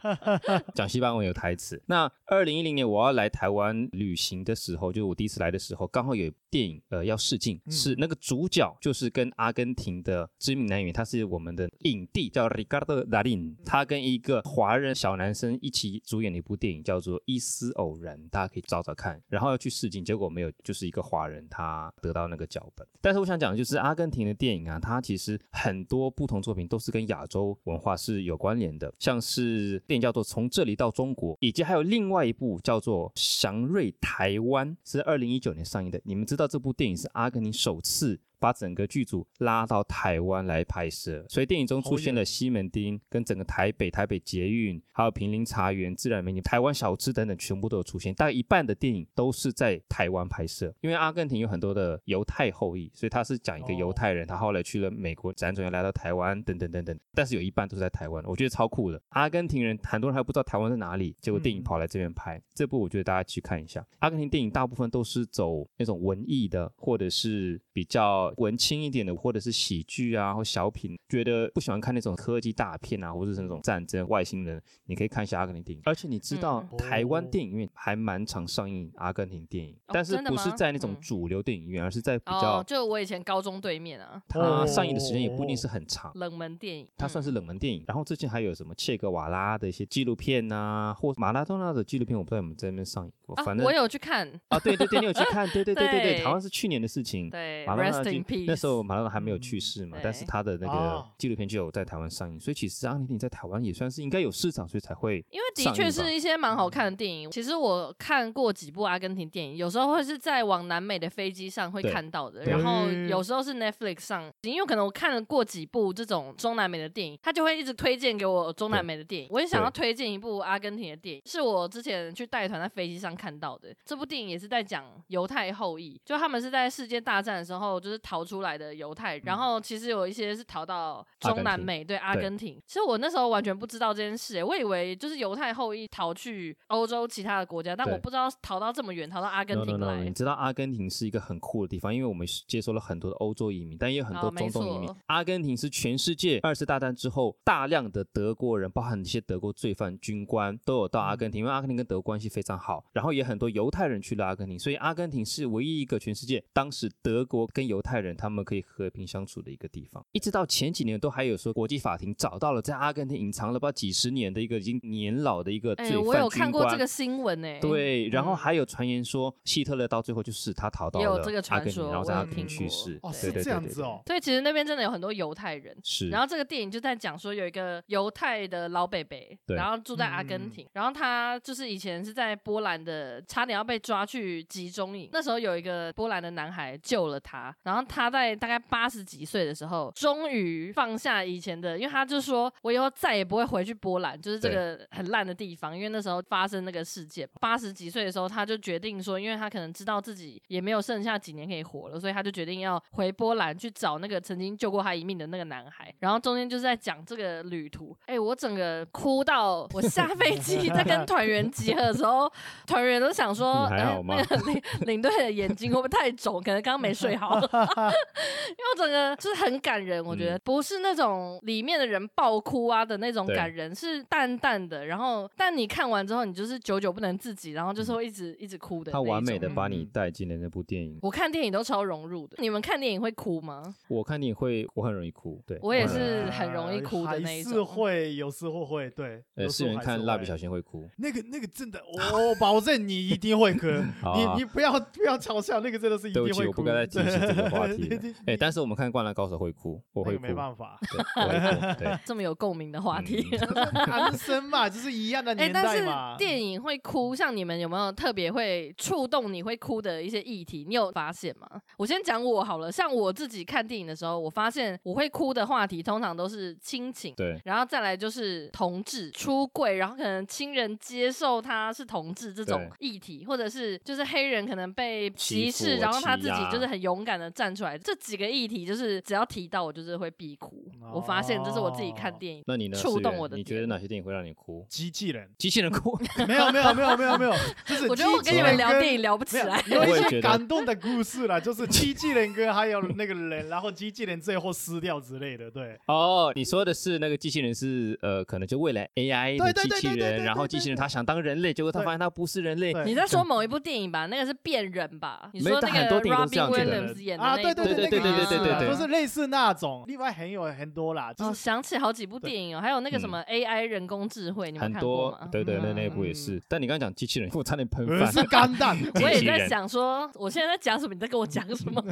Speaker 3: 讲西班牙文有台词。那二零一零年我要来台湾旅行的时候，就是我第一次来的时候，刚好有电影呃要试镜，
Speaker 2: 嗯
Speaker 3: 是那个主角就是跟阿根廷的知名男演员，他是我们的影帝，叫 Ricardo Darin，他跟一个华人小男生一起主演的一部电影叫做《一丝偶然》，大家可以找找看。然后要去试镜，结果没有，就是一个华人他得到那个脚本。但是我想讲的就是阿根廷的电影啊，它其实很多不同作品都是跟亚洲文化是有关联的，像是电影叫做《从这里到中国》，以及还有另外一部叫做《祥瑞台湾》，是二零一九年上映的。你们知道这部电影是阿根廷首次把整个剧组拉到台湾来拍摄，所以电影中出现了西门町跟整个台北、台北捷运，还有平林茶园、自然美景、台湾小吃等等，全部都有出现。大概一半的电影都是在台湾拍摄，因为阿根廷有很多的犹太后裔，所以他是讲一个犹太人，他后来去了美国，辗转又来到台湾，等等等等。但是有一半都是在台湾，我觉得超酷的。阿根廷人很多人还不知道台湾在哪里，结果电
Speaker 2: 嗯
Speaker 3: 影跑来这边拍。这部我觉得大家去看一下。阿根廷电影大部分都是走那种文艺的，或者是比较文青一点的，或者是喜剧啊或小品。觉得不喜欢看那种科技大片啊，或者是那种战争外星人，你可以看一下阿根廷电影。而且你知道
Speaker 1: 嗯，
Speaker 3: 台湾
Speaker 2: 哦
Speaker 3: 电影院还蛮常上映阿根廷电影，
Speaker 1: 哦
Speaker 3: 但是
Speaker 1: 真的
Speaker 3: 不是
Speaker 1: 吗
Speaker 3: 在那种
Speaker 1: 嗯
Speaker 3: 主流电影院，而是在比较
Speaker 1: 哦，就我以前高中对面啊，
Speaker 3: 它上映的时间也不一定是
Speaker 2: 哦
Speaker 3: 很长。
Speaker 1: 冷门电影，
Speaker 3: 它算
Speaker 1: 嗯
Speaker 3: 是冷门电影。然后最近还有什么切格瓦拉的一些纪录片呐、或马拉多纳的纪录片，我不知道你们在那边上映过，
Speaker 1: 啊
Speaker 3: 反正
Speaker 1: 我有去看，
Speaker 3: 啊，对对对，你有去
Speaker 1: (laughs)
Speaker 3: 看？对对对对对，
Speaker 1: 对
Speaker 3: 好像是去年的事情。
Speaker 1: 对
Speaker 3: 马拉多
Speaker 1: ，Rest
Speaker 3: 纳
Speaker 1: in
Speaker 3: 去
Speaker 1: peace。
Speaker 3: 那时候马拉多纳还没有去世嘛，
Speaker 1: 嗯
Speaker 3: 但是
Speaker 1: 对
Speaker 3: 他的那个
Speaker 2: 啊
Speaker 3: 纪录片就有在台湾上映，所以其实阿根廷在台湾也算是应该有市场，所以才会
Speaker 1: 因为的
Speaker 3: 上
Speaker 1: 确
Speaker 3: 映
Speaker 1: 是
Speaker 3: 吧嗯
Speaker 1: 一些蛮好看的电影。其实我看过几部阿根廷电影，有时候会是在往南美的飞机上会
Speaker 3: 对
Speaker 1: 看到的，
Speaker 3: 对
Speaker 1: 然后
Speaker 2: 嗯
Speaker 1: 有时候是 Netflix 上，因为可能我看了过几部这种中南美的电影，他就会一直推荐给我中南美的电影。我也想要推荐一部阿根廷的电影，是我之前去带团在飞机上看到的。这部电影也是在讲犹太后裔，就他们是在世界大战的时候就是逃出来的犹太人，然后其实有一些是逃到
Speaker 3: 嗯阿根
Speaker 1: 中南
Speaker 3: 廷
Speaker 1: 美。美对阿
Speaker 3: 对
Speaker 1: 根廷。其实我那时候完全不知道这件事、欸，我以为就是犹太后裔逃去欧洲其他的国家，但
Speaker 3: 对
Speaker 1: 我不知道逃到这么远，逃到阿根
Speaker 3: no
Speaker 1: 廷
Speaker 3: no
Speaker 1: 来。
Speaker 3: no，你知道阿根廷是一个很酷的地方，因为我们是接收了很多的欧洲移民，但也有很多
Speaker 1: 哦没
Speaker 3: 中东移民。
Speaker 1: 错
Speaker 3: 阿根廷是全世界二次大战之后，大量的德国人，包含一些德国罪犯、军官都有到阿
Speaker 1: 嗯
Speaker 3: 根廷，因为阿根廷跟德国关系非常好，然后也很多犹太人去了阿根廷，所以阿根廷是唯一一个全世界当时德国跟犹太人他们可以和平相处的一个地方。一直到前几年都还有说国际法庭找到了在阿根廷隐藏了不知道几十年的一个已经年老的一个罪
Speaker 1: 哎、
Speaker 3: 犯、军
Speaker 1: 我
Speaker 3: 官。
Speaker 1: 有看过这个新闻诶、欸。
Speaker 3: 对，然后
Speaker 1: 嗯
Speaker 3: 还有传言说，希特勒到最后就是他逃到
Speaker 1: 也有
Speaker 3: 了
Speaker 1: 这个
Speaker 3: 阿
Speaker 1: 传
Speaker 3: 根廷，
Speaker 1: 说
Speaker 3: 然后在
Speaker 1: 我
Speaker 3: 阿
Speaker 1: 有
Speaker 3: 根廷
Speaker 1: 听
Speaker 3: 去
Speaker 1: 过
Speaker 3: 世。
Speaker 2: 哦，
Speaker 1: 对
Speaker 2: 是
Speaker 3: 对
Speaker 2: 这样子。哦。
Speaker 1: 对，其实那边真的有很多犹太人。
Speaker 3: 对对对是，
Speaker 1: 然后这个电影就在讲说，有一个犹太的老北北，
Speaker 3: 对
Speaker 1: 然后住在阿
Speaker 2: 嗯嗯
Speaker 1: 根
Speaker 2: 嗯
Speaker 1: 廷，然后他就是以前是在波兰的，差点要被抓去集中营。那时候有一个波兰的男孩救了他，然后他在大概八十几岁的时候，终于放下以前的，因为他就说我以后再也不会回去波兰，就是这
Speaker 3: 对
Speaker 1: 个很烂的地方，因为那时候发生那个事件。八十几岁的时候，他就决定说，因为他可能知道自己也没有剩下几年可以活了，所以他就决定要回波兰去找那个曾经救过他一命的那个男孩。然后中间就是在讲这个旅途，哎、我整个哭到我下飞机在跟团员集合的时候，团员都想说，
Speaker 3: (laughs) 你还
Speaker 1: 哎
Speaker 3: 好吗
Speaker 1: 那个领
Speaker 3: (laughs)
Speaker 1: 领队的眼睛会不会太肿？可能刚刚没睡好。因为我整个就是很感人，我觉得、不是那种里面的人爆哭啊的那种
Speaker 3: 对
Speaker 1: 感人，是淡淡的，然后但你看完之后，你就是久久不能自己，然后就是会一直、一直哭的。
Speaker 3: 他完美的
Speaker 2: 嗯
Speaker 3: 把你带进了那部电影。
Speaker 1: 我看电影都超融入的，你们看电影会哭吗？
Speaker 3: 我看你会，我很容易哭。对，
Speaker 1: 我也
Speaker 3: 嗯
Speaker 1: 是很容易哭的
Speaker 2: 还
Speaker 1: 那一
Speaker 2: 是
Speaker 1: 种
Speaker 2: 会有时候会对，
Speaker 3: 呃，
Speaker 2: 有
Speaker 3: 世
Speaker 2: 时候
Speaker 3: 人
Speaker 2: 还是
Speaker 3: 看蜡笔
Speaker 2: 会
Speaker 3: 小新会哭。
Speaker 2: 那个那个真的，我我保证你一定会哭，
Speaker 3: 好
Speaker 2: 你
Speaker 3: 啊
Speaker 2: 你不要不要嘲笑，那个真的是一
Speaker 3: 对不
Speaker 2: 定
Speaker 3: 起，
Speaker 2: 会
Speaker 3: 我
Speaker 2: 哭。
Speaker 3: 不该再
Speaker 2: (laughs)
Speaker 3: 提起这个话题
Speaker 2: 对 (laughs)
Speaker 3: 了
Speaker 2: 对。
Speaker 3: 哎，
Speaker 2: 对
Speaker 3: 但是我们看《灌篮高手》会哭，我
Speaker 2: 那
Speaker 3: 会
Speaker 2: 个
Speaker 3: 哭，
Speaker 2: 没办法，
Speaker 3: 对，我会
Speaker 2: (laughs)
Speaker 3: 哭。对，
Speaker 1: 这么有共鸣的话题。
Speaker 3: 嗯
Speaker 2: 男生嘛，就是一样 (laughs) 的
Speaker 1: 哎、
Speaker 2: 年
Speaker 1: 但
Speaker 2: 代
Speaker 1: 是
Speaker 2: 嘛。
Speaker 1: 电影会哭，像你们有没有特别会触动你会哭的一些议题？你有发现吗？我先讲我好了，像我自己看电影的时候，我发现我会哭的话题通常都是亲情，
Speaker 3: 对，
Speaker 1: 然后再来就是同志出柜，然后可能亲人接受他是同志这种
Speaker 3: 对
Speaker 1: 议题，或者是就是黑人可能被
Speaker 3: 欺
Speaker 1: 歧
Speaker 3: 负
Speaker 1: 视，然后他
Speaker 3: 欺
Speaker 1: 自己
Speaker 3: 压
Speaker 1: 就是很勇敢的站出来。这几个议题就是只要提到我就是会必哭。我发现这是我自己看
Speaker 2: 哦
Speaker 1: 电影
Speaker 3: 那你呢？
Speaker 1: 触
Speaker 3: 世
Speaker 1: 动
Speaker 3: 人
Speaker 1: 我的
Speaker 3: 你觉
Speaker 1: 点
Speaker 3: 得哪些电影会让你哭？
Speaker 2: 机器人
Speaker 3: 机器人哭，
Speaker 2: 没有没有没有没有没有，就是
Speaker 1: 我觉得我
Speaker 2: 机
Speaker 1: 跟
Speaker 2: 器
Speaker 1: 你们
Speaker 2: 人
Speaker 1: 聊
Speaker 2: 跟
Speaker 1: 电影聊不起
Speaker 2: 没有
Speaker 1: 来。
Speaker 2: 有
Speaker 3: 我也
Speaker 2: 一
Speaker 3: 觉
Speaker 2: 些
Speaker 3: 得
Speaker 2: 感动的故事啦，就是机器人跟还有那个人，然后机器人最后撕掉之类的，对。
Speaker 3: 哦，你说的是那个机器人是呃，可能就未来 AI
Speaker 2: 对
Speaker 3: 的
Speaker 2: 对
Speaker 3: 机
Speaker 2: 对
Speaker 3: 器
Speaker 2: 对对
Speaker 3: 人，
Speaker 2: 对
Speaker 3: 然后
Speaker 2: 对
Speaker 3: 机器人
Speaker 2: 对
Speaker 3: 他想当人类，结果他
Speaker 2: 对
Speaker 3: 发现他不是人类，
Speaker 1: (laughs)
Speaker 2: 对
Speaker 1: 你在说某一部电影吧？那个是变人吧？你
Speaker 3: 没
Speaker 1: 说
Speaker 3: 但
Speaker 1: 那
Speaker 3: 很多
Speaker 1: 个
Speaker 3: 电影都是
Speaker 1: Robbie
Speaker 3: 这样子的
Speaker 1: Williams 演的
Speaker 2: 啊，
Speaker 1: 那一
Speaker 2: 对
Speaker 1: 部，
Speaker 2: 对
Speaker 3: 对对
Speaker 2: 那个
Speaker 3: 对
Speaker 2: 也是
Speaker 3: 对
Speaker 2: 啊
Speaker 3: 对对
Speaker 2: 就是类似那种。另外还有很多啦，就
Speaker 1: 哦，
Speaker 2: 是
Speaker 1: 想起好几部电影哦，还有那个什么 AI 人工智慧，你们
Speaker 3: 嗯很
Speaker 1: 看过
Speaker 3: 多
Speaker 1: 吗？
Speaker 3: 对对，那那一部也
Speaker 2: 嗯
Speaker 3: 是。但你刚刚讲机器人， (laughs) 我差点喷
Speaker 2: 呃是
Speaker 3: 饭。
Speaker 2: 钢弹，
Speaker 1: 我也
Speaker 3: 机器
Speaker 1: 在
Speaker 3: 人
Speaker 1: 想说，我现在在讲什么？你在跟我讲什
Speaker 3: (laughs)
Speaker 1: 么？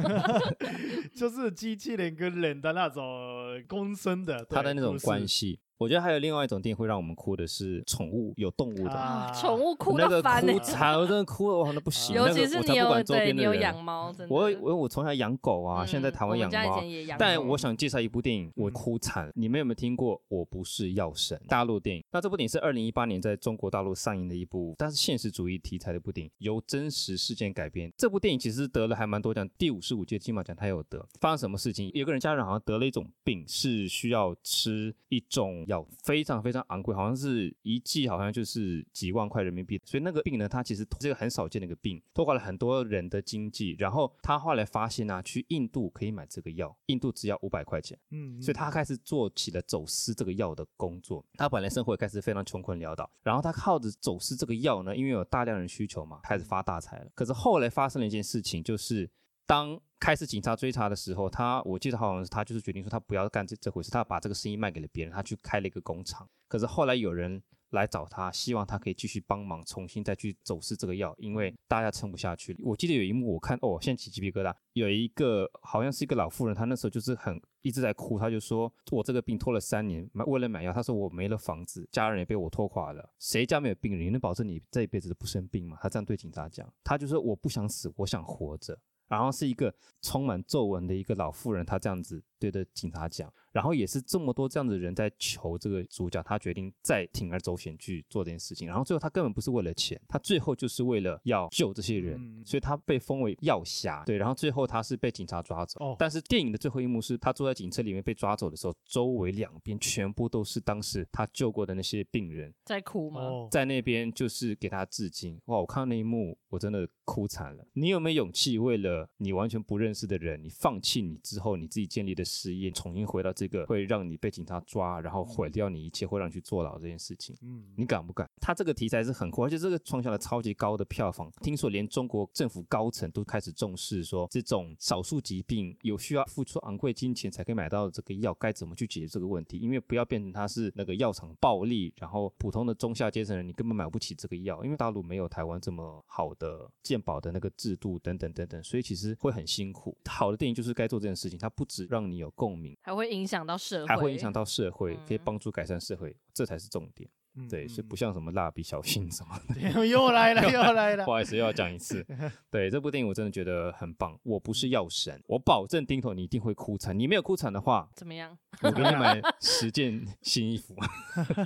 Speaker 2: 就是机器人跟人的那种共生的，对
Speaker 3: 他的那种
Speaker 2: 故事
Speaker 3: 关系，我觉得还有另外一种电影会让我们哭的是宠物有动物的，
Speaker 2: 啊
Speaker 1: 啊宠物哭
Speaker 3: 那
Speaker 1: 到
Speaker 3: 个
Speaker 1: 烦欸
Speaker 3: 哭惨，我真的哭了，我真的不
Speaker 1: (laughs)
Speaker 3: 行。
Speaker 1: 尤
Speaker 3: 那
Speaker 1: 其
Speaker 3: 个
Speaker 1: 是
Speaker 3: 我才
Speaker 1: 你
Speaker 3: 不
Speaker 1: 有
Speaker 3: 管周
Speaker 1: 对
Speaker 3: 边
Speaker 1: 你
Speaker 3: 的
Speaker 1: 有
Speaker 3: 人。
Speaker 1: 养猫，真的。
Speaker 3: 我我我从小养狗啊，
Speaker 1: 嗯
Speaker 3: 现在在台湾
Speaker 1: 我们
Speaker 3: 养
Speaker 1: 家以
Speaker 3: 猫
Speaker 1: 前，也养
Speaker 3: 但
Speaker 1: 过
Speaker 3: 我想介绍一部电影，我
Speaker 2: 嗯
Speaker 3: 哭惨。你们有没有听过《我不是药神》大陆电影？那这部电影是二零一八年在中国大陆上映的一部，但是现实主义题材的一部电影，由真实事件改编。这部电影其实得了还蛮多奖，第五十五届金马奖它有得。发生什么事情？有个人家人好像得了一种病，是需要吃一种药，非常非常昂贵，好像是一剂好像就是几万块人民币。所以那个病呢，它其实这个很少见的一个病，拖垮了很多人的经济。然后他后来发现啊，去印度可以买这个药，印度只要五百块钱。
Speaker 2: 嗯，
Speaker 3: 所以他开始做起了走私这个药的工作。他本来生活也开始非常穷困潦倒，然后他靠着走私这个药呢，因为有大量人需求嘛，开始发大财了。可是后来发生了一件事情，就是当开始警察追查的时候，他我记得好像是他就是决定说他不要干这这回事，他把这个生意卖给了别人，他去开了一个工厂。可是后来有人来找他，希望他可以继续帮忙，重新再去走私这个药，因为大家撑不下去了。我记得有一幕，我看哦，现在起鸡皮疙瘩。有一个好像是一个老妇人，她那时候就是很一直在哭，她就说：“我这个病拖了三年，买为了买药，她说我没了房子，家人也被我拖垮了。谁家没有病人？你能保证你这一辈子都不生病吗？”她这样对警察讲，她就说：“我不想死，我想活着。”然后是一个充满皱纹的一个老妇人，她这样子对着警察讲，然后也是这么多这样子的人在求这个主角，他决定再铤而走险去做这件事情。然后最后他根本不是为了钱，他最后就是为了要救这些人，
Speaker 2: 嗯
Speaker 3: 所以他被封为药侠。对，然后最后他是被警察抓走。
Speaker 2: 哦
Speaker 3: 但是电影的最后一幕是他坐在警车里面被抓走的时候，周围两边全部都是当时他救过的那些病人，
Speaker 1: 在哭吗？
Speaker 2: 哦，
Speaker 3: 在那边就是给他致敬。哇，我看到那一幕，我真的哭惨了。你有没有勇气为了你完全不认识的人，你放弃你之后你自己建立的事业，重新回到这个会让你被警察抓，然后毁掉你一切，会让你去坐牢这件事情？
Speaker 2: 嗯
Speaker 3: 你敢不敢？他这个题材是很酷，而且这个创下了超级高的票房。听说连中国政府高层都开始重视说，这种少数疾病有需要付出昂贵金钱才可以买到的这个药，该怎么去解决这个问题？因为不要变成它是那个药厂暴利，然后普通的中下阶层人你根本买不起这个药，因为大陆没有台湾这么好的健保的那个制度等等等等，所以其实会很辛苦。好的电影就是该做这件事情，它不止让你有共鸣，
Speaker 1: 还会影响到社会，
Speaker 3: 还会影响到社会，可以
Speaker 1: 嗯
Speaker 3: 帮助改善社会，这才是重点。
Speaker 2: 嗯
Speaker 3: 对，是不
Speaker 2: 嗯
Speaker 3: 像什么蜡笔小新什么的。
Speaker 2: (laughs) 又来
Speaker 3: (laughs)
Speaker 2: 了，又来了
Speaker 3: 不。好意思，又要讲一
Speaker 2: (laughs)
Speaker 3: 次。对，这部电影我真的觉得很棒。我不
Speaker 2: 嗯
Speaker 3: 是药神，我保证丁头你一定会哭惨。你没有哭惨的话，
Speaker 1: 怎么样？
Speaker 3: 我给你
Speaker 2: (laughs)
Speaker 3: 买十件新衣服， (laughs)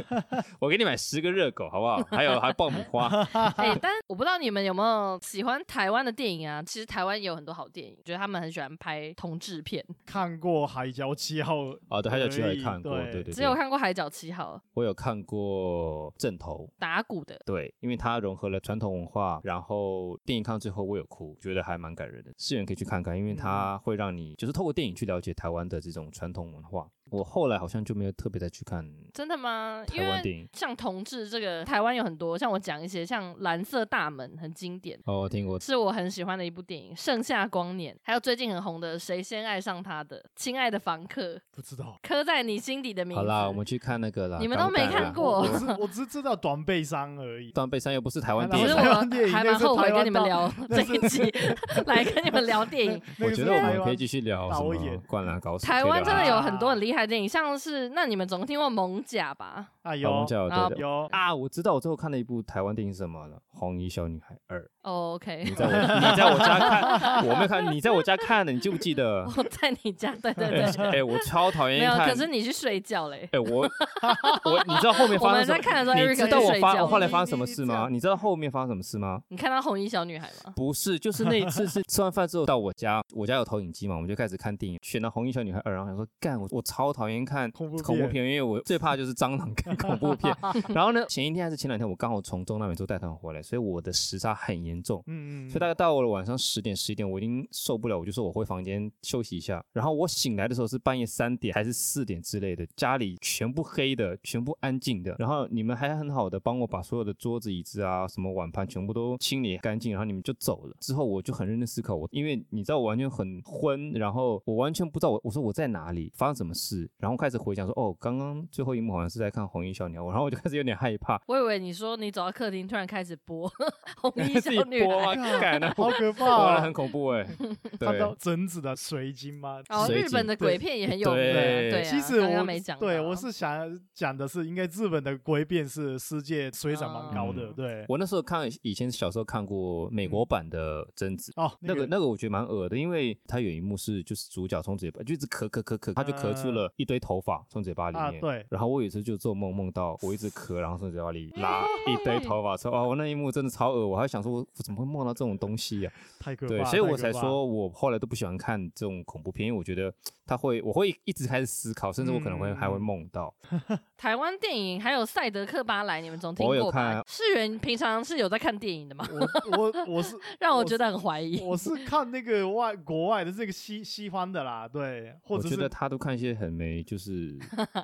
Speaker 3: 我给你买十个热狗，好不好？还有还爆米
Speaker 2: (laughs)
Speaker 3: 花。
Speaker 1: (laughs) 哎、
Speaker 3: (laughs)
Speaker 1: 但我不知道你们有没有喜欢台湾的电影啊？其实台湾也有很多好电影，觉得他们很喜欢拍同志片。
Speaker 2: 看过《海角七号》
Speaker 3: 啊，对，还有去
Speaker 2: 可
Speaker 3: 来
Speaker 2: 以
Speaker 3: 看过，
Speaker 2: 对
Speaker 3: 对对
Speaker 1: 只有
Speaker 3: 对，
Speaker 1: 看过《海角七号》
Speaker 3: 我有看过《正头》。
Speaker 1: 打鼓的，
Speaker 3: 对，因为它融合了传统文化，然后电影看到最后我有哭，觉得还蛮感人的。世人可以去看看，因为
Speaker 1: 嗯
Speaker 3: 它会让你就是透过电影去了解台湾的这种传统文化。我后来好像就没有特别再去看
Speaker 1: 真的吗？因
Speaker 3: 台湾
Speaker 1: 为
Speaker 3: 电影。
Speaker 1: 像同志这个，台湾有很多，像我讲一些，像《蓝色大门》很经典，
Speaker 3: 哦，我听过，
Speaker 1: 是我很喜欢的一部电影，《盛夏光年》，还有最近很红的《谁先爱上他的》《亲爱的房客》，
Speaker 2: 不知道，
Speaker 1: 刻在你心底的名字。
Speaker 3: 好啦，我们去看那个啦。
Speaker 1: 你们
Speaker 3: 敢
Speaker 1: 都
Speaker 3: 不
Speaker 1: 没
Speaker 3: 敢啦
Speaker 1: (laughs) 看过
Speaker 2: 我只我只知道短背山而已。
Speaker 3: 断背山又不是台湾
Speaker 2: 那
Speaker 3: 电
Speaker 1: 其
Speaker 3: 影
Speaker 1: 实
Speaker 2: 是
Speaker 1: 我
Speaker 3: 啊，
Speaker 2: 台湾电影
Speaker 1: 还
Speaker 2: 那
Speaker 1: 蛮
Speaker 2: 是
Speaker 1: 后悔
Speaker 2: 台湾
Speaker 1: 跟你们
Speaker 2: 大
Speaker 1: 聊这一
Speaker 3: (laughs)
Speaker 1: 集， (laughs) 来跟你们聊电影。
Speaker 2: 那
Speaker 3: 我
Speaker 2: 个
Speaker 3: 觉
Speaker 2: 是
Speaker 3: 得我
Speaker 2: 台
Speaker 3: 们可
Speaker 2: 湾
Speaker 3: 以继续聊什
Speaker 2: 导
Speaker 3: 么
Speaker 2: 演
Speaker 3: 《灌篮高手》可以
Speaker 1: 台
Speaker 3: 聊啊。
Speaker 1: 湾真的有很多
Speaker 2: 啊
Speaker 1: 很厉害的电影，像是那你们总听过《猛甲》吧？
Speaker 2: 啊
Speaker 3: 有我
Speaker 2: 有
Speaker 3: 们叫
Speaker 1: 啊
Speaker 3: 对的
Speaker 2: 有
Speaker 3: 啊，我知道我最后看了一部台湾电影是什么了，《红衣小女孩二》。
Speaker 1: 哦 OK，
Speaker 3: 你在
Speaker 1: (laughs)
Speaker 3: 我你在我家看，我没有看，你在我家看的，你记不记得？
Speaker 1: 我在你家，对
Speaker 3: (laughs)
Speaker 1: 对对，
Speaker 3: 哎、我超讨
Speaker 1: 没
Speaker 3: 厌
Speaker 1: 有，
Speaker 3: 看。
Speaker 1: 可是你去睡觉嘞。(laughs)
Speaker 3: 哎、我我你知道后面
Speaker 1: 我
Speaker 3: 发
Speaker 1: 们
Speaker 3: 生什
Speaker 1: 在看的时
Speaker 3: 么？
Speaker 1: 候
Speaker 3: 你
Speaker 1: ，Eric
Speaker 3: 知道我
Speaker 1: 在睡
Speaker 3: 发
Speaker 1: 觉。
Speaker 3: 我后来
Speaker 2: 你
Speaker 3: 发生
Speaker 2: 你
Speaker 3: 什么
Speaker 2: 你
Speaker 3: 事
Speaker 2: 这
Speaker 3: 吗？
Speaker 2: 样
Speaker 3: 你知道后面发生什么事吗？
Speaker 1: 你看到红衣小女孩
Speaker 3: (laughs)
Speaker 1: 吗？
Speaker 3: 不是，就是那一次是吃完饭之后到我家，我家有投影机嘛，我们就开始看电影，选了《红衣小女孩二》，然后想说干我我超超讨厌看
Speaker 2: 恐怖片
Speaker 3: 恐怖片，因为我最怕就是蟑螂跟恐怖
Speaker 1: (laughs)
Speaker 3: 片。然后呢，前一天还是前两天，我刚好从中南美洲带团回来，所以我的时差很严重。
Speaker 2: 嗯嗯，
Speaker 3: 所
Speaker 2: (laughs)
Speaker 3: 以大概到了晚上十点十一点，我已经受不了，我就说我回房间休息一下。然后我醒来的时候是半夜三点还是四点之类的，家里全部黑的，全部安静的。然后你们还很好的帮我把所有的桌子、椅子啊、什么碗盘全部都清理干净，然后你们就走了。之后我就很认真思考，我因为你知道我完全很昏，然后我完全不知道我我说我在哪里，发生什么事，然后开始回想说哦，刚刚最后一幕好像是在看红衣小鸟，然后我就开始有点害怕。
Speaker 1: 我以为你说你走到客厅，突然开始播 (laughs) 红
Speaker 3: (laughs)
Speaker 1: 衣
Speaker 3: 自
Speaker 1: 小
Speaker 3: 己
Speaker 1: 女
Speaker 3: 播
Speaker 2: (laughs)
Speaker 3: 啊，
Speaker 1: 孩。
Speaker 3: 干啊！
Speaker 2: 好可
Speaker 3: 哇，
Speaker 2: 怕、
Speaker 3: 很
Speaker 2: 啊，
Speaker 3: 恐怖
Speaker 2: (laughs)
Speaker 3: 哎、
Speaker 2: 看到
Speaker 3: 对，
Speaker 2: 整子的水晶吗？
Speaker 1: 哦，
Speaker 3: 水
Speaker 1: 日本
Speaker 3: 井
Speaker 1: 的鬼片也很有名
Speaker 3: 对
Speaker 1: 啊，对啊，
Speaker 2: 其实
Speaker 1: 刚
Speaker 2: 我
Speaker 1: 刚没讲到，
Speaker 2: 对我是想讲的是，应该日本的鬼片是世界水涨蛮高的，
Speaker 1: 嗯
Speaker 2: 对。
Speaker 3: 我那时候看以前小时候看过美
Speaker 2: 嗯
Speaker 3: 国版的贞子。
Speaker 2: 哦，
Speaker 3: 那个那个我觉得蛮恶的，因为它有一幕是就是主角从嘴巴就一直咳咳咳咳，他就咳出了一堆头发从嘴巴里
Speaker 2: 啊
Speaker 3: 面。
Speaker 2: 对
Speaker 3: 然后我有一次就做梦，梦到我一直咳，然后从嘴巴里
Speaker 2: 啊
Speaker 3: 拉一堆头发出来。哦，我那一幕真的超恶，我还想说，我怎么会梦到这种东西呀、
Speaker 2: 太可怕，
Speaker 3: 对，所
Speaker 2: 太
Speaker 3: 以我
Speaker 2: 可
Speaker 3: 才
Speaker 2: 怕，
Speaker 3: 说我后来都不喜欢看这种恐怖片，因为我觉得它会，我会一直开始思考，甚至我可能会、
Speaker 2: 嗯
Speaker 3: 还会梦到。
Speaker 1: 台湾电影，还有《赛德克巴莱》，你们总听
Speaker 3: 我有
Speaker 1: 过吧
Speaker 3: 看？
Speaker 1: 世元平常是有在看电影的吗？ (laughs)
Speaker 2: 我我我
Speaker 3: (laughs)
Speaker 2: 是
Speaker 1: 让我
Speaker 2: 我
Speaker 1: 觉得很怀疑。
Speaker 2: 我是看那个外国外的这个西西方的啦，对，或
Speaker 3: 我
Speaker 2: 者
Speaker 3: 觉得
Speaker 2: 是
Speaker 3: 他都看一些很没就是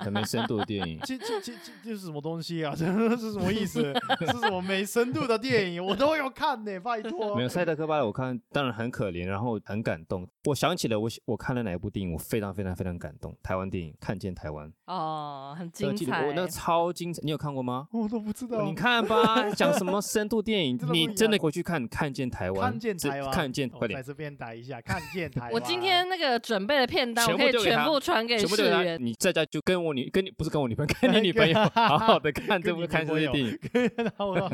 Speaker 3: 很没深度的电影。
Speaker 2: 这这这这这是什么东西啊？这 (laughs) 是什么意思？是什么没深度的电影？我都有看呢、拜托
Speaker 3: 没。有《赛德克巴莱》，我看当然很可怜，然后很感动。我想起了我我看了哪一部电影，我非常非常非常感动。台湾电影《看见台湾》，
Speaker 1: 哦，很
Speaker 3: 这个
Speaker 1: 精
Speaker 3: 记得
Speaker 1: 彩
Speaker 3: 我。那个超精彩，你有看过吗？
Speaker 2: 我都不知道，
Speaker 3: 你看吧，讲什么深度电影
Speaker 2: 真的，不一
Speaker 3: 你
Speaker 2: 样
Speaker 3: (laughs) 真的回去看《看见台湾》，
Speaker 2: 看见
Speaker 3: 这
Speaker 2: 台湾，
Speaker 3: 看见，
Speaker 2: 我
Speaker 3: 快
Speaker 2: 在
Speaker 3: 点，
Speaker 2: 这边打一下，看
Speaker 1: (laughs)
Speaker 2: 见台湾。
Speaker 1: 我今天那个准备的片单，我
Speaker 3: 全部
Speaker 1: 可以
Speaker 3: 丢给
Speaker 1: 全
Speaker 3: 他
Speaker 1: 部传给
Speaker 3: 全部
Speaker 1: 世
Speaker 3: 都给他
Speaker 1: 元。
Speaker 3: 你在家就跟我女，跟你不是跟我女朋友，跟你女朋 (laughs) 友好好的看这部看这些电影，
Speaker 2: (laughs) 然
Speaker 3: (laughs)
Speaker 2: 后我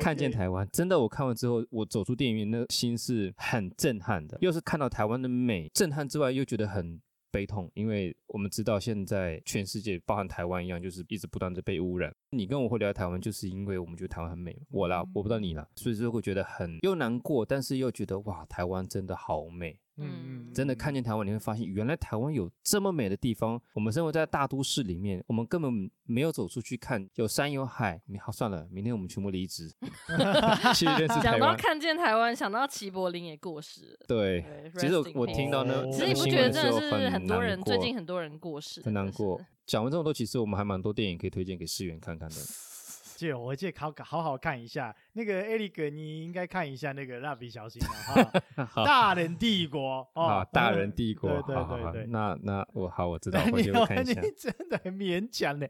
Speaker 3: 看见台湾，真的，我看完之后，我走出电影院，那心是很震撼的，又是看到台湾的美，震撼之外，又觉得很悲痛，因为我们知道现在全世界，包含台湾一样，就是一直不断的被污染。你跟我会聊台湾，就是因为我们觉得台湾很美嘛。我啦，我不知道你啦，所以就会觉得很又难过，但是又觉得哇，台湾真的好美。
Speaker 1: 嗯
Speaker 3: 真的看见台湾，你会发现原来台湾有这么美的地方。我们生活在大都市里面，我们根本没有走出去看，有山有海。你好，算了，明天我们全部
Speaker 1: (laughs)
Speaker 3: 离职，去认识台
Speaker 1: 讲到
Speaker 3: 湾。
Speaker 1: 看见台湾，想到齐柏林也过世了。
Speaker 3: 对，
Speaker 1: 对
Speaker 3: 其实
Speaker 1: rest
Speaker 3: 我
Speaker 1: in
Speaker 3: 我
Speaker 1: peace
Speaker 3: 听到呢，
Speaker 2: 哦
Speaker 1: 其实你不
Speaker 2: 新
Speaker 1: 觉得
Speaker 2: 闻
Speaker 1: 真的
Speaker 3: 的时候
Speaker 1: 是很多人
Speaker 3: 难
Speaker 1: 最
Speaker 3: 过
Speaker 1: 近很多人过世，
Speaker 3: 很难过
Speaker 1: 真的是。
Speaker 3: 讲完这么多，其实我们还蛮多电影可以推荐给世源看看的。
Speaker 2: 借我回去好好好看一下那个艾利格，你应该看一下那个蜡笔小新啊，
Speaker 3: (laughs)
Speaker 2: 哈大人帝国
Speaker 3: 啊
Speaker 2: 哦，，
Speaker 3: 大人帝国，
Speaker 2: 对对
Speaker 3: 好好好
Speaker 2: 对 (laughs) 对
Speaker 3: 那那我好，我
Speaker 2: (laughs)
Speaker 3: 知道，
Speaker 2: 嗯。
Speaker 3: 回
Speaker 2: 你
Speaker 3: 去会看一下
Speaker 2: 你。真的很勉强
Speaker 3: (laughs)
Speaker 2: 呢，，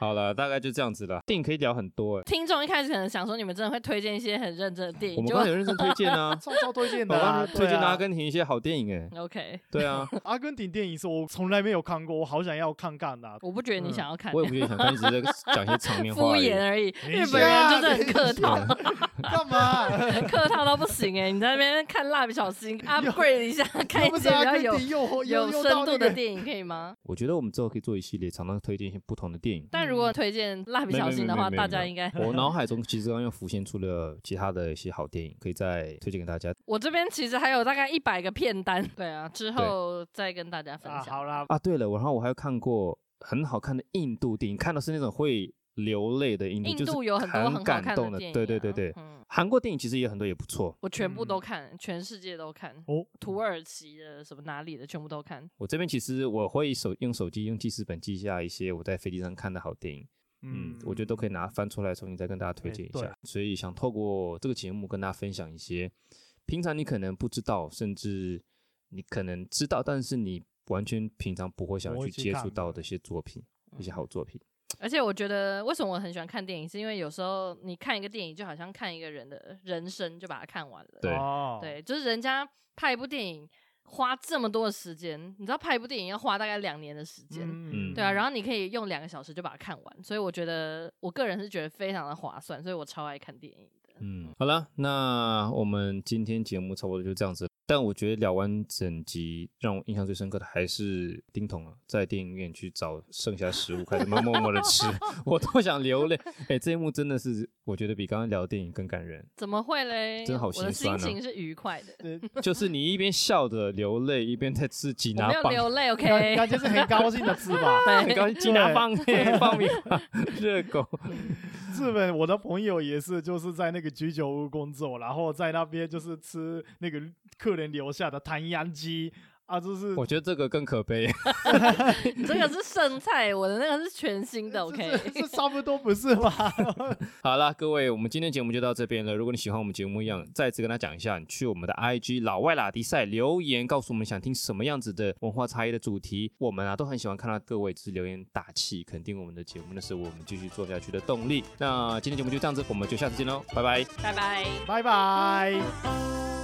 Speaker 3: 好了，大概就这样子了。电影可以聊很多，哎
Speaker 1: 听众一开始可能想说你们真的会推荐一些很认真的电
Speaker 3: 我
Speaker 1: 影，
Speaker 3: 们
Speaker 1: 就
Speaker 3: 刚才有认真推荐啊
Speaker 2: 超超
Speaker 1: (laughs)
Speaker 2: 推荐
Speaker 3: 我
Speaker 2: 的
Speaker 3: 刚
Speaker 2: 啊，
Speaker 3: 才推
Speaker 2: 对
Speaker 3: 荐
Speaker 2: 啊
Speaker 3: 阿根廷一些好电影，哎，
Speaker 1: OK。
Speaker 3: (laughs) 对啊，
Speaker 2: 阿根廷电影是我从来没有看过，我好想要看看的。
Speaker 1: 我不觉得你
Speaker 2: 嗯
Speaker 1: 想要看
Speaker 3: 我，也不觉得想看，一直在讲一些场面话
Speaker 1: 敷
Speaker 3: 而已。
Speaker 1: 衍而已。
Speaker 2: 等一
Speaker 1: 日本人
Speaker 2: 下
Speaker 1: 就是很
Speaker 3: (laughs)
Speaker 1: 客套， (laughs)
Speaker 2: 干嘛？
Speaker 1: 客套到不行哎、你在那边看蜡笔小
Speaker 3: (laughs)
Speaker 1: 新，upgrade 一下，看
Speaker 2: 又
Speaker 1: 一
Speaker 2: 不
Speaker 1: 些
Speaker 2: 是
Speaker 1: 比
Speaker 2: 阿
Speaker 1: 较
Speaker 2: 根
Speaker 1: 有
Speaker 2: 廷又
Speaker 1: 有
Speaker 2: 又
Speaker 1: 深
Speaker 2: 又到
Speaker 1: 度
Speaker 2: 那
Speaker 1: 的
Speaker 2: 个
Speaker 1: 电影可以吗？
Speaker 3: 我觉得我们之后可以做一系列，常常推荐一些不同的电
Speaker 1: (laughs)
Speaker 3: 影。
Speaker 1: 但如果推荐蜡笔小新的话，
Speaker 3: 嗯没没没没没
Speaker 1: 大家应该
Speaker 3: 我脑海中其实刚刚又浮现出了其他的一些好电影，可以再推荐给大家
Speaker 1: 我这边其实还有大概一百个片单， (laughs) 对啊，之后再跟大家分
Speaker 2: 啊，
Speaker 1: 享。
Speaker 2: 好啦，
Speaker 3: 啊。对了，然后我还有看过很好看的印度电影，看的是那种会流泪的印度，
Speaker 1: 印度
Speaker 3: 就是
Speaker 1: 有很多很好
Speaker 3: 很
Speaker 1: 看
Speaker 3: 感动
Speaker 1: 的电影、啊，
Speaker 3: 对对对嗯对，
Speaker 1: 嗯，
Speaker 3: 韩国电影其实也很多，也不错。
Speaker 1: 我全部都看，全世界都看，
Speaker 2: 哦，
Speaker 1: 土
Speaker 3: 嗯
Speaker 1: 耳其的什么哪里的全部都看。
Speaker 3: 我这边其实我会手用手机用记事本记下一些我在飞机上看的好电影，嗯，我觉得都可以拿翻出来重新再跟大家推
Speaker 2: 哎
Speaker 3: 荐一
Speaker 2: 对
Speaker 3: 下。所以想透过这个节目跟大家分享一些平常你可能不知道，甚至你可能知道，但是你完全平常不会想
Speaker 2: 不
Speaker 3: 要
Speaker 2: 会
Speaker 3: 去
Speaker 2: 去
Speaker 3: 接
Speaker 2: 看
Speaker 3: 触
Speaker 2: 的嗯
Speaker 3: 到的一些作品，一些好作品。嗯
Speaker 1: 而且我觉得，为什么我很喜欢看电影，是因为有时候你看一个电影，就好像看一个人的人生，就把它看完了。
Speaker 3: 对
Speaker 2: 哦，
Speaker 1: 对，就是人家拍一部电影花这么多的时间，你知道拍一部电影要花大概两年的时间，
Speaker 2: 嗯
Speaker 1: 对啊，然后你可以用两个小时就把它看完，所以我觉得我个人是觉得非常的划算，所以我超爱看电影的。
Speaker 3: 嗯，好了，那我们今天节目差不多就这样子。但我觉得聊完整集，让我印象最深刻的还是丁彤啊，在电影 (laughs) 院去找剩下食物，开始默默默的吃，我都想流泪。哎、这一幕真的是我觉得比刚刚聊电影更感人。
Speaker 1: 怎么会嘞？
Speaker 3: 真好
Speaker 1: 我的
Speaker 3: 心酸
Speaker 1: 心
Speaker 3: 啊
Speaker 1: 情是愉快的，
Speaker 2: 对，
Speaker 3: 就是你一边笑着流泪，一边在自己
Speaker 1: 我
Speaker 3: 拿
Speaker 1: 没有
Speaker 3: 棒，哎
Speaker 1: 流泪
Speaker 2: 感
Speaker 1: ，OK？。
Speaker 2: 感觉是很高兴的字吧
Speaker 3: 很
Speaker 1: 对，
Speaker 3: 高兴拿棒
Speaker 1: (laughs)
Speaker 3: 嘿，爆米花、热狗，
Speaker 2: 日本我的朋友也是，就是在那个居酒屋工作，然后在那边就是吃那个客人留下的唐扬鸡啊，就是
Speaker 3: 我觉得这个更可悲。
Speaker 1: 你这个是剩菜，我的那个是全新
Speaker 2: (laughs)
Speaker 1: 的
Speaker 2: 这
Speaker 1: ，OK？
Speaker 2: 这差不多不是吗？ (laughs)
Speaker 3: 好啦，各位，我们今天节目就到这边了。如果你喜欢我们节目一样，再次跟大家讲一下，你去我们的 IG 老外拉迪赛留言，告诉我们想听什么样子的文化差异的主题。我们啊都很喜欢看到各位就是留言打气，肯定我们的节目，那是我们继续做下去的动力。那今天节目就这样子，我们就下次见喽，拜拜。
Speaker 1: 拜拜。
Speaker 2: 拜拜。